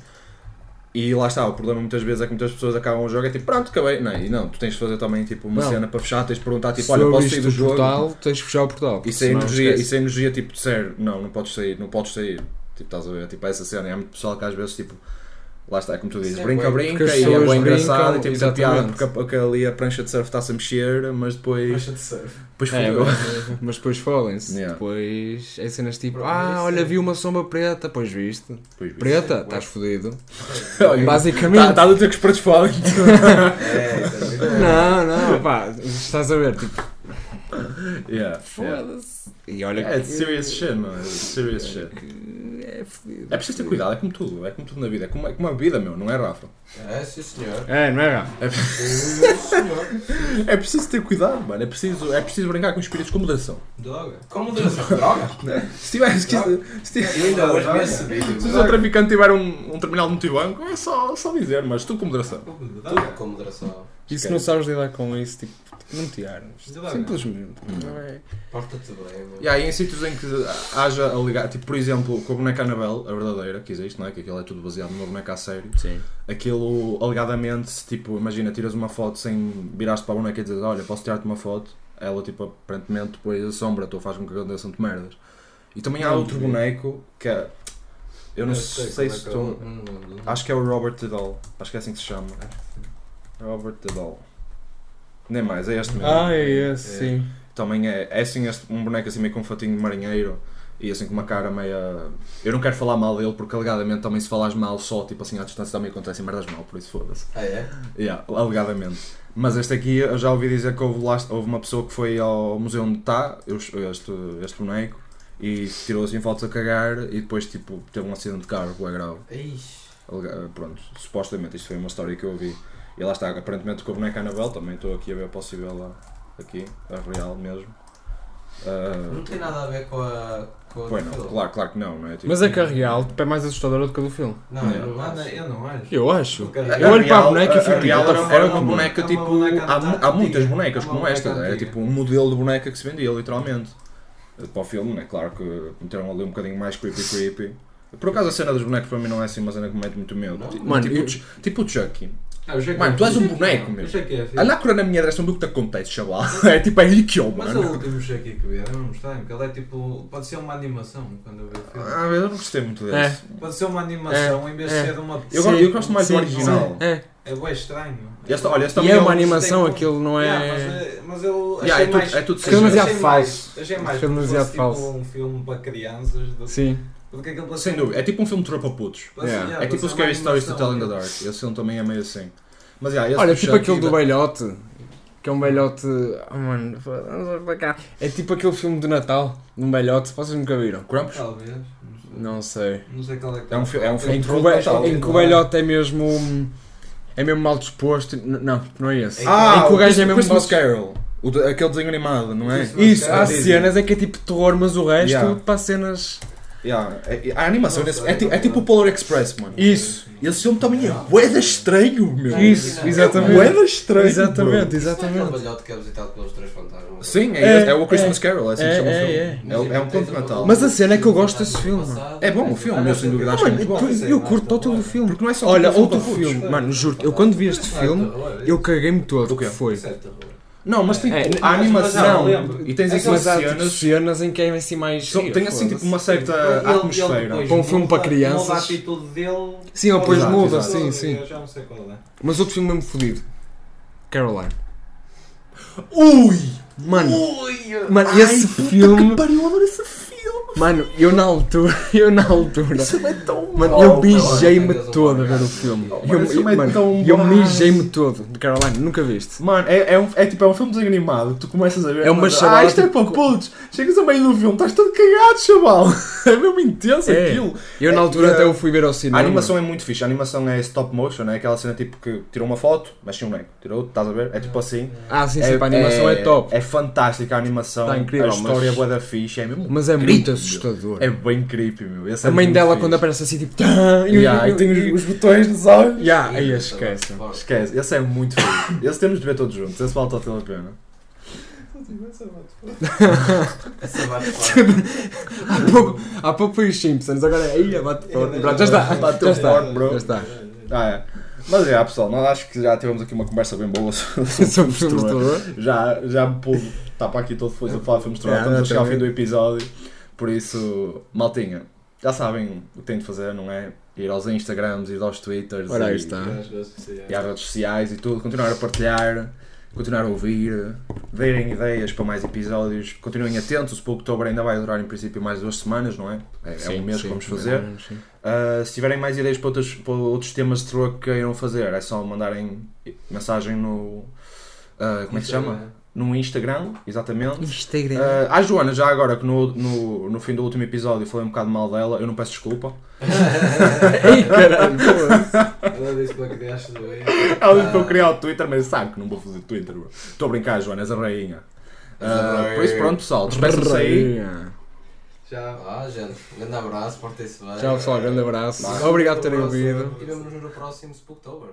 Speaker 3: E lá está, o problema muitas vezes é que muitas pessoas acabam o jogo e é tipo, pronto, acabei. Não, e não, tu tens de fazer também tipo, uma
Speaker 2: Não.
Speaker 3: cena para fechar, tens de perguntar tipo,
Speaker 2: Se
Speaker 3: olha,
Speaker 2: eu
Speaker 3: posso
Speaker 2: viste
Speaker 3: sair do
Speaker 2: o
Speaker 3: jogo?
Speaker 2: portal, tens de fechar o portal.
Speaker 3: E se, a
Speaker 2: senão
Speaker 3: é energia, e
Speaker 2: esquece.
Speaker 3: se a energia tipo disser não, não podes sair, não podes sair, tipo, estás a ver? Tipo, essa cena. E há muito pessoal que às vezes tipo Lá está, como tu dizes,
Speaker 5: Sim,
Speaker 3: brinca,
Speaker 5: bem,
Speaker 3: brinca,
Speaker 2: porque as
Speaker 3: e é
Speaker 2: pessoas
Speaker 3: bem engraçado
Speaker 2: brincam,
Speaker 3: e tipo piada
Speaker 2: exatamente.
Speaker 3: porque a- porque ali a prancha de surf está-se a mexer, mas depois.
Speaker 4: Deixa de ser.
Speaker 3: depois
Speaker 2: É,
Speaker 3: fodeu.
Speaker 2: Mas depois falem-se.
Speaker 3: Yeah.
Speaker 2: Depois é cenas tipo,
Speaker 4: Bro,
Speaker 2: ah,
Speaker 4: isso
Speaker 2: olha,
Speaker 4: é-
Speaker 2: vi uma sombra preta, pois viste.
Speaker 3: Pois vi.
Speaker 2: Preta, estás fodido.
Speaker 3: (laughs) Olha,
Speaker 2: Basicamente.
Speaker 3: Está é tá a dizer que os pretos falam.
Speaker 5: É, estás a ver?
Speaker 2: Não, não, pá, estás a ver, tipo,
Speaker 3: (laughs) Yeah, yeah.
Speaker 2: foda-se. E olha
Speaker 3: É it's serious shit, mano. It's serious shit.
Speaker 2: que é fodido.
Speaker 3: É preciso ter cuidado, é como tudo, é como tudo na vida, é como, é como a vida, meu, não é, Rafa?
Speaker 5: É, sim senhor.
Speaker 2: É, não é, Rafa?
Speaker 5: Sim, senhor.
Speaker 3: É preciso ter cuidado, mano, é preciso, é preciso brincar com os espíritos com moderação.
Speaker 4: Droga.
Speaker 5: Com
Speaker 3: (laughs)
Speaker 5: moderação, droga.
Speaker 3: Se tiver, se, se tiver,
Speaker 5: Eu ainda hoje vi esse vídeo.
Speaker 3: se o seu traficante tiver um, um terminal de multibanco, é só, só dizer, mas tu com moderação.
Speaker 5: Tudo com moderação.
Speaker 2: E se não sabes lidar com isso, tipo, não te armas. Simplesmente. não é?
Speaker 5: Porta-te bem, meu.
Speaker 3: E aí, em sítios em que haja a ligar, tipo, por exemplo, com a boneca Anabel, a verdadeira, que existe, não é? Que aquilo é tudo baseado numa boneca a sério.
Speaker 2: Sim.
Speaker 3: Aquilo, alegadamente, se, tipo, imagina, tiras uma foto sem viraste para a boneca e dizes, olha, posso tirar-te uma foto? Ela, tipo, aparentemente depois assombra-te ou faz com que aconteçam-te merdas. E também há outro boneco que é. Eu não
Speaker 4: Eu
Speaker 3: sei,
Speaker 4: sei como é
Speaker 3: se
Speaker 4: que é
Speaker 3: tu.
Speaker 4: o-
Speaker 5: Hum, hum, hum.
Speaker 3: Acho que é o Robert Dedal. Acho que é assim que se chama. é? Robert Dedal. Nem mais, é este mesmo.
Speaker 2: Ah, é esse,
Speaker 3: É.
Speaker 2: sim.
Speaker 3: Também é, é assim este- um boneco assim meio com um fatinho de marinheiro e assim com uma cara meio. Eu não quero falar mal dele porque alegadamente também se falas mal só tipo assim à distância também acontecem merdas mal, por isso foda-se.
Speaker 5: Ah, é?
Speaker 3: Yeah, alegadamente. Mas este aqui eu já ouvi dizer que houve, lá, houve uma pessoa que foi ao museu onde está este, este boneco e tirou assim fotos a cagar e depois tipo teve um acidente de carro bué grave.
Speaker 5: Ixi.
Speaker 3: Alega- eh, Pronto, supostamente isto foi uma história que eu ouvi. E lá está, aparentemente com a boneca Anabel, também estou aqui a ver a possível lá, aqui, a real mesmo.
Speaker 5: Não
Speaker 3: Ah,
Speaker 5: tem nada a ver com a. com a
Speaker 3: pois
Speaker 5: do
Speaker 3: não,
Speaker 5: filme.
Speaker 3: claro, claro que não, não é? Tipo,
Speaker 2: Mas é que a real tipo, é mais assustadora do que a do filme.
Speaker 5: Não,
Speaker 3: Não.
Speaker 5: eu não
Speaker 4: Ah, não,
Speaker 5: acho.
Speaker 4: eu não acho.
Speaker 2: Eu acho.
Speaker 5: Nunca-
Speaker 3: A
Speaker 2: Eu olho para a
Speaker 3: real-
Speaker 2: boneca e fico,
Speaker 3: a real
Speaker 2: what the
Speaker 3: era,
Speaker 2: fuck,
Speaker 3: era uma
Speaker 2: mano?
Speaker 3: boneca
Speaker 4: É uma
Speaker 3: tipo.
Speaker 4: boneca
Speaker 3: há, mu- há muitas
Speaker 4: antiga.
Speaker 3: bonecas
Speaker 4: É uma
Speaker 3: como
Speaker 4: boneca
Speaker 3: esta, era
Speaker 4: antiga.
Speaker 3: tipo um modelo de boneca que se vendia, literalmente. Para o filme, né? claro que meteram ali um bocadinho mais creepy creepy. Por acaso a cena dos bonecos para mim não é assim uma cena que me mete muito medo. Tipo-
Speaker 2: Mano,
Speaker 3: tipo,
Speaker 2: eu-
Speaker 3: o Ch- tipo o Chucky.
Speaker 4: Ah, o Jack
Speaker 3: Mano,
Speaker 4: é
Speaker 3: tu és um
Speaker 4: fixe.
Speaker 3: boneco, Ah, meu.
Speaker 4: O Jack é fixe.
Speaker 3: Anda a cura na minha um direção do que te acontece, chaval. (laughs) É tipo, é Ikyo,
Speaker 4: Mas o
Speaker 3: mano.
Speaker 4: último Jack que vi era mesmo estranho, porque ele é tipo. Pode ser uma animação quando eu vi o filme.
Speaker 3: Ah, eu não gostei muito desse.
Speaker 4: Pode ser uma animação em vez de
Speaker 2: é.
Speaker 4: ser uma.
Speaker 3: Eu,
Speaker 2: Sim,
Speaker 3: gosto- eu gosto mais
Speaker 2: sim,
Speaker 3: do original.
Speaker 2: sim, É.
Speaker 4: É bem estranho.
Speaker 3: Esta, olha, esta
Speaker 2: E é
Speaker 3: minha-
Speaker 2: uma animação,
Speaker 4: Tem-
Speaker 2: aquilo não
Speaker 4: Yeah, mas,
Speaker 2: é.
Speaker 4: eh, mas eu achei
Speaker 3: Yeah, é,
Speaker 4: mais.
Speaker 3: tudo, é tudo
Speaker 2: Porque eu
Speaker 3: CGI.
Speaker 2: não já-
Speaker 4: achei
Speaker 2: falso.
Speaker 4: mais- Achei mais
Speaker 2: Fica
Speaker 4: como se
Speaker 2: é demasiado
Speaker 4: fosse,
Speaker 2: falso.
Speaker 4: tipo um filme para crianças. do-
Speaker 2: Sim.
Speaker 4: Porque aquilo
Speaker 3: Sem dúvida. É tipo um filme de tropa putos.
Speaker 4: Pode ser-
Speaker 2: Yeah.
Speaker 4: yeah,
Speaker 3: É tipo
Speaker 4: pode
Speaker 3: o
Speaker 4: ser
Speaker 3: Scary
Speaker 4: uma
Speaker 3: Stories to
Speaker 4: animação,
Speaker 3: Tell in the
Speaker 4: aquilo.
Speaker 3: Dark. Esse filme também é meio assim. Mas yeah, esse
Speaker 2: Olha,
Speaker 3: do
Speaker 2: tipo
Speaker 3: Chucky
Speaker 2: aquele do
Speaker 3: da-
Speaker 2: velhote. Que é um velhote. Oh, mano, vamos para cá. É tipo aquele filme de Natal, de um velhote. Vocês nunca viram?
Speaker 3: Crumpus?
Speaker 4: Talvez.
Speaker 2: Não sei.
Speaker 4: Não sei qual é que
Speaker 3: É um, fi- é um filme
Speaker 2: Em
Speaker 3: de
Speaker 2: que,
Speaker 3: tropa
Speaker 2: o ve-
Speaker 3: putos.
Speaker 2: em que o velhote é mesmo. hum, É mesmo mal disposto. N- Não, não é esse.
Speaker 3: Ah,
Speaker 2: em que o gajo é mesmo
Speaker 3: Christmas
Speaker 2: mal-
Speaker 3: Carol. O de- aquele desenho animado, não é?
Speaker 4: Christmas
Speaker 2: Isso,
Speaker 4: Carol.
Speaker 2: há cenas é que é tipo terror, mas o resto
Speaker 3: Yeah.
Speaker 2: para cenas.
Speaker 3: Yeah, é- é- A animação
Speaker 4: Não
Speaker 3: desse-
Speaker 4: sei,
Speaker 3: é, ti-
Speaker 4: não
Speaker 3: é tipo
Speaker 4: sei.
Speaker 3: o Polar Express, mano.
Speaker 2: Isso,
Speaker 3: Esse filme também é boeda estranho, meu.
Speaker 2: isso, exatamente.
Speaker 3: Boeda estranho.
Speaker 2: Exatamente,
Speaker 5: Não é aquele
Speaker 2: exatamente.
Speaker 5: balhote que é visitado pelos três fantasmas.
Speaker 3: Sim, é,
Speaker 2: É,
Speaker 3: esse- é o Christmas
Speaker 2: é.
Speaker 3: Carol, é assim que
Speaker 2: É,
Speaker 3: se chama
Speaker 2: é,
Speaker 3: o
Speaker 2: é.
Speaker 3: filme. É, o- é um conto de Natal.
Speaker 2: Mas a cena é que eu gosto desse filme, mano.
Speaker 3: É bom o filme, meu, sem dúvida.
Speaker 2: Ah,
Speaker 3: Acho
Speaker 2: mano,
Speaker 3: muito bom.
Speaker 2: eu, eu curto o todo o filme.
Speaker 3: Porque não é só
Speaker 2: Olha,
Speaker 3: tipo
Speaker 2: outro
Speaker 3: putos.
Speaker 2: filme, mano, juro-te, eu quando vi este
Speaker 4: é
Speaker 2: filme, eu caguei-me todo,
Speaker 3: O quê?
Speaker 2: que foi.
Speaker 3: Não, mas tem
Speaker 2: É,
Speaker 3: tipo,
Speaker 2: mas-
Speaker 3: a
Speaker 4: mas
Speaker 3: animação
Speaker 4: não, lembro.
Speaker 3: e tens
Speaker 2: Mas
Speaker 3: assim
Speaker 2: há tipo,
Speaker 3: cenas.
Speaker 2: cenas em que é assim mais.
Speaker 3: são- Tem assim tipo uma certa atmosfera.
Speaker 2: Para um filme para crianças.
Speaker 4: Muda a atitude dele.
Speaker 2: Sim, ele depois
Speaker 3: Exato,
Speaker 2: muda,
Speaker 3: exato.
Speaker 2: sim, sim.
Speaker 4: Eu já não sei qual é.
Speaker 2: Mas outro filme mesmo fodido. Caroline.
Speaker 3: Ui!
Speaker 2: Mano,
Speaker 3: Ui!
Speaker 2: mano
Speaker 3: Ai,
Speaker 2: esse
Speaker 3: puta
Speaker 2: filme.
Speaker 3: que pariu, eu adoro esse filme!
Speaker 2: Mano, eu na altura, (laughs) eu na altura.
Speaker 3: Isso é tão
Speaker 2: Mano,
Speaker 3: mau,
Speaker 2: eu
Speaker 3: mano.
Speaker 2: mijei-me
Speaker 5: Deus,
Speaker 2: todo a
Speaker 5: oh,
Speaker 2: ver o
Speaker 5: God.
Speaker 2: filme.
Speaker 5: Oh,
Speaker 3: mano, esse
Speaker 2: Eu,
Speaker 3: filme é
Speaker 2: mano,
Speaker 3: tão
Speaker 2: eu
Speaker 3: bom.
Speaker 2: mijei-me todo. de Caroline, nunca viste?
Speaker 3: Mano, é, é, um, é tipo, é um filme desanimado, tu começas a ver.
Speaker 2: É uma
Speaker 3: mas,
Speaker 2: chalada,
Speaker 3: Ah, isto é
Speaker 2: tipo,
Speaker 3: para putos! Chegas ao meio do filme, estás todo cagado, chaval! (laughs) É mesmo intenso
Speaker 2: É.
Speaker 3: aquilo!
Speaker 2: Eu na
Speaker 3: É,
Speaker 2: altura
Speaker 3: é,
Speaker 2: até eu fui ver ao cinema.
Speaker 3: A animação é muito fixe, a animação é stop motion, é aquela cena tipo que tirou uma foto, mexe um boneco, tirou, estás a ver? É tipo assim.
Speaker 2: Ah, sim, sim, pá, a animação é top.
Speaker 3: É fantástica a animação,
Speaker 2: Tá incrível,
Speaker 3: a história é
Speaker 2: mas-
Speaker 3: boa da fixe, é mesmo.
Speaker 2: Mas é
Speaker 3: creepy,
Speaker 2: muito
Speaker 3: meu.
Speaker 2: assustador.
Speaker 3: É bem creepy, meu. Esse
Speaker 2: A
Speaker 3: é
Speaker 2: mãe
Speaker 3: muito
Speaker 2: dela
Speaker 3: fixe.
Speaker 2: quando aparece assim tipo. "Tã", eu-
Speaker 3: Yeah, e
Speaker 2: eu-
Speaker 3: tem
Speaker 2: eu-
Speaker 3: os, tá os botões nos olhos.
Speaker 2: Yeah, aí esquece. (laughs)
Speaker 3: Esquece, esse é muito fixe. Esse temos de ver todos juntos, esse vale toda a pena.
Speaker 2: Há pouco, há pouco foi os Simpsons, agora é. Ia, bate forte.
Speaker 4: (laughs)
Speaker 2: Pronto, já está.
Speaker 3: é, Bateu
Speaker 2: Já está.
Speaker 3: forte, bro.
Speaker 2: Já
Speaker 3: (laughs)
Speaker 2: está.
Speaker 3: Ah, é. Mas é, pessoal, nós acho que já tivemos aqui uma conversa bem boa sobre
Speaker 2: Somos
Speaker 3: filmes de terror.
Speaker 2: terror.
Speaker 3: Já, já me pude tapar aqui todo feliz a falar de filmes de terror.
Speaker 2: É,
Speaker 3: Estamos a chegar ao
Speaker 2: também.
Speaker 3: fim do episódio. Por isso, maltinha, já sabem o que têm de fazer, não é? ir aos Instagrams, ir aos Twitters
Speaker 2: Ora, aí
Speaker 3: e,
Speaker 2: está.
Speaker 4: да
Speaker 3: e às redes sociais e tudo, continuar a partilhar, continuar a ouvir, deem ideias para mais episódios, continuem atentos, o Spooktober ainda vai durar em princípio mais duas semanas, não é? É, é um mês que vamos fazer. (laughs) Uh, se tiverem mais ideias para outros, para outros temas de troca que queiram fazer, é só mandarem mensagem no. uh, como é que se chama? No Instagram, exatamente.
Speaker 2: Instagram.
Speaker 3: Uh, à Joana, já agora que no, no, no fim do último episódio falei um bocado mal dela, eu não peço desculpa.
Speaker 2: Ei, caralho, foda-se.
Speaker 4: Ela disse para que deixaste do bem.
Speaker 3: (laughs) Ela disse para eu criar o Twitter, mas sabe que não vou fazer Twitter, bro. Estou a brincar, Joana, és a rainha. Uh, por isso, pronto, pessoal, despeço-se aí.
Speaker 4: Já.
Speaker 5: Ah, gente, um grande abraço, portem-se bem.
Speaker 2: Tchau, pessoal. Grande abraço. Obrigado por terem ouvido.
Speaker 5: E vemos-nos no próximo Spooktober.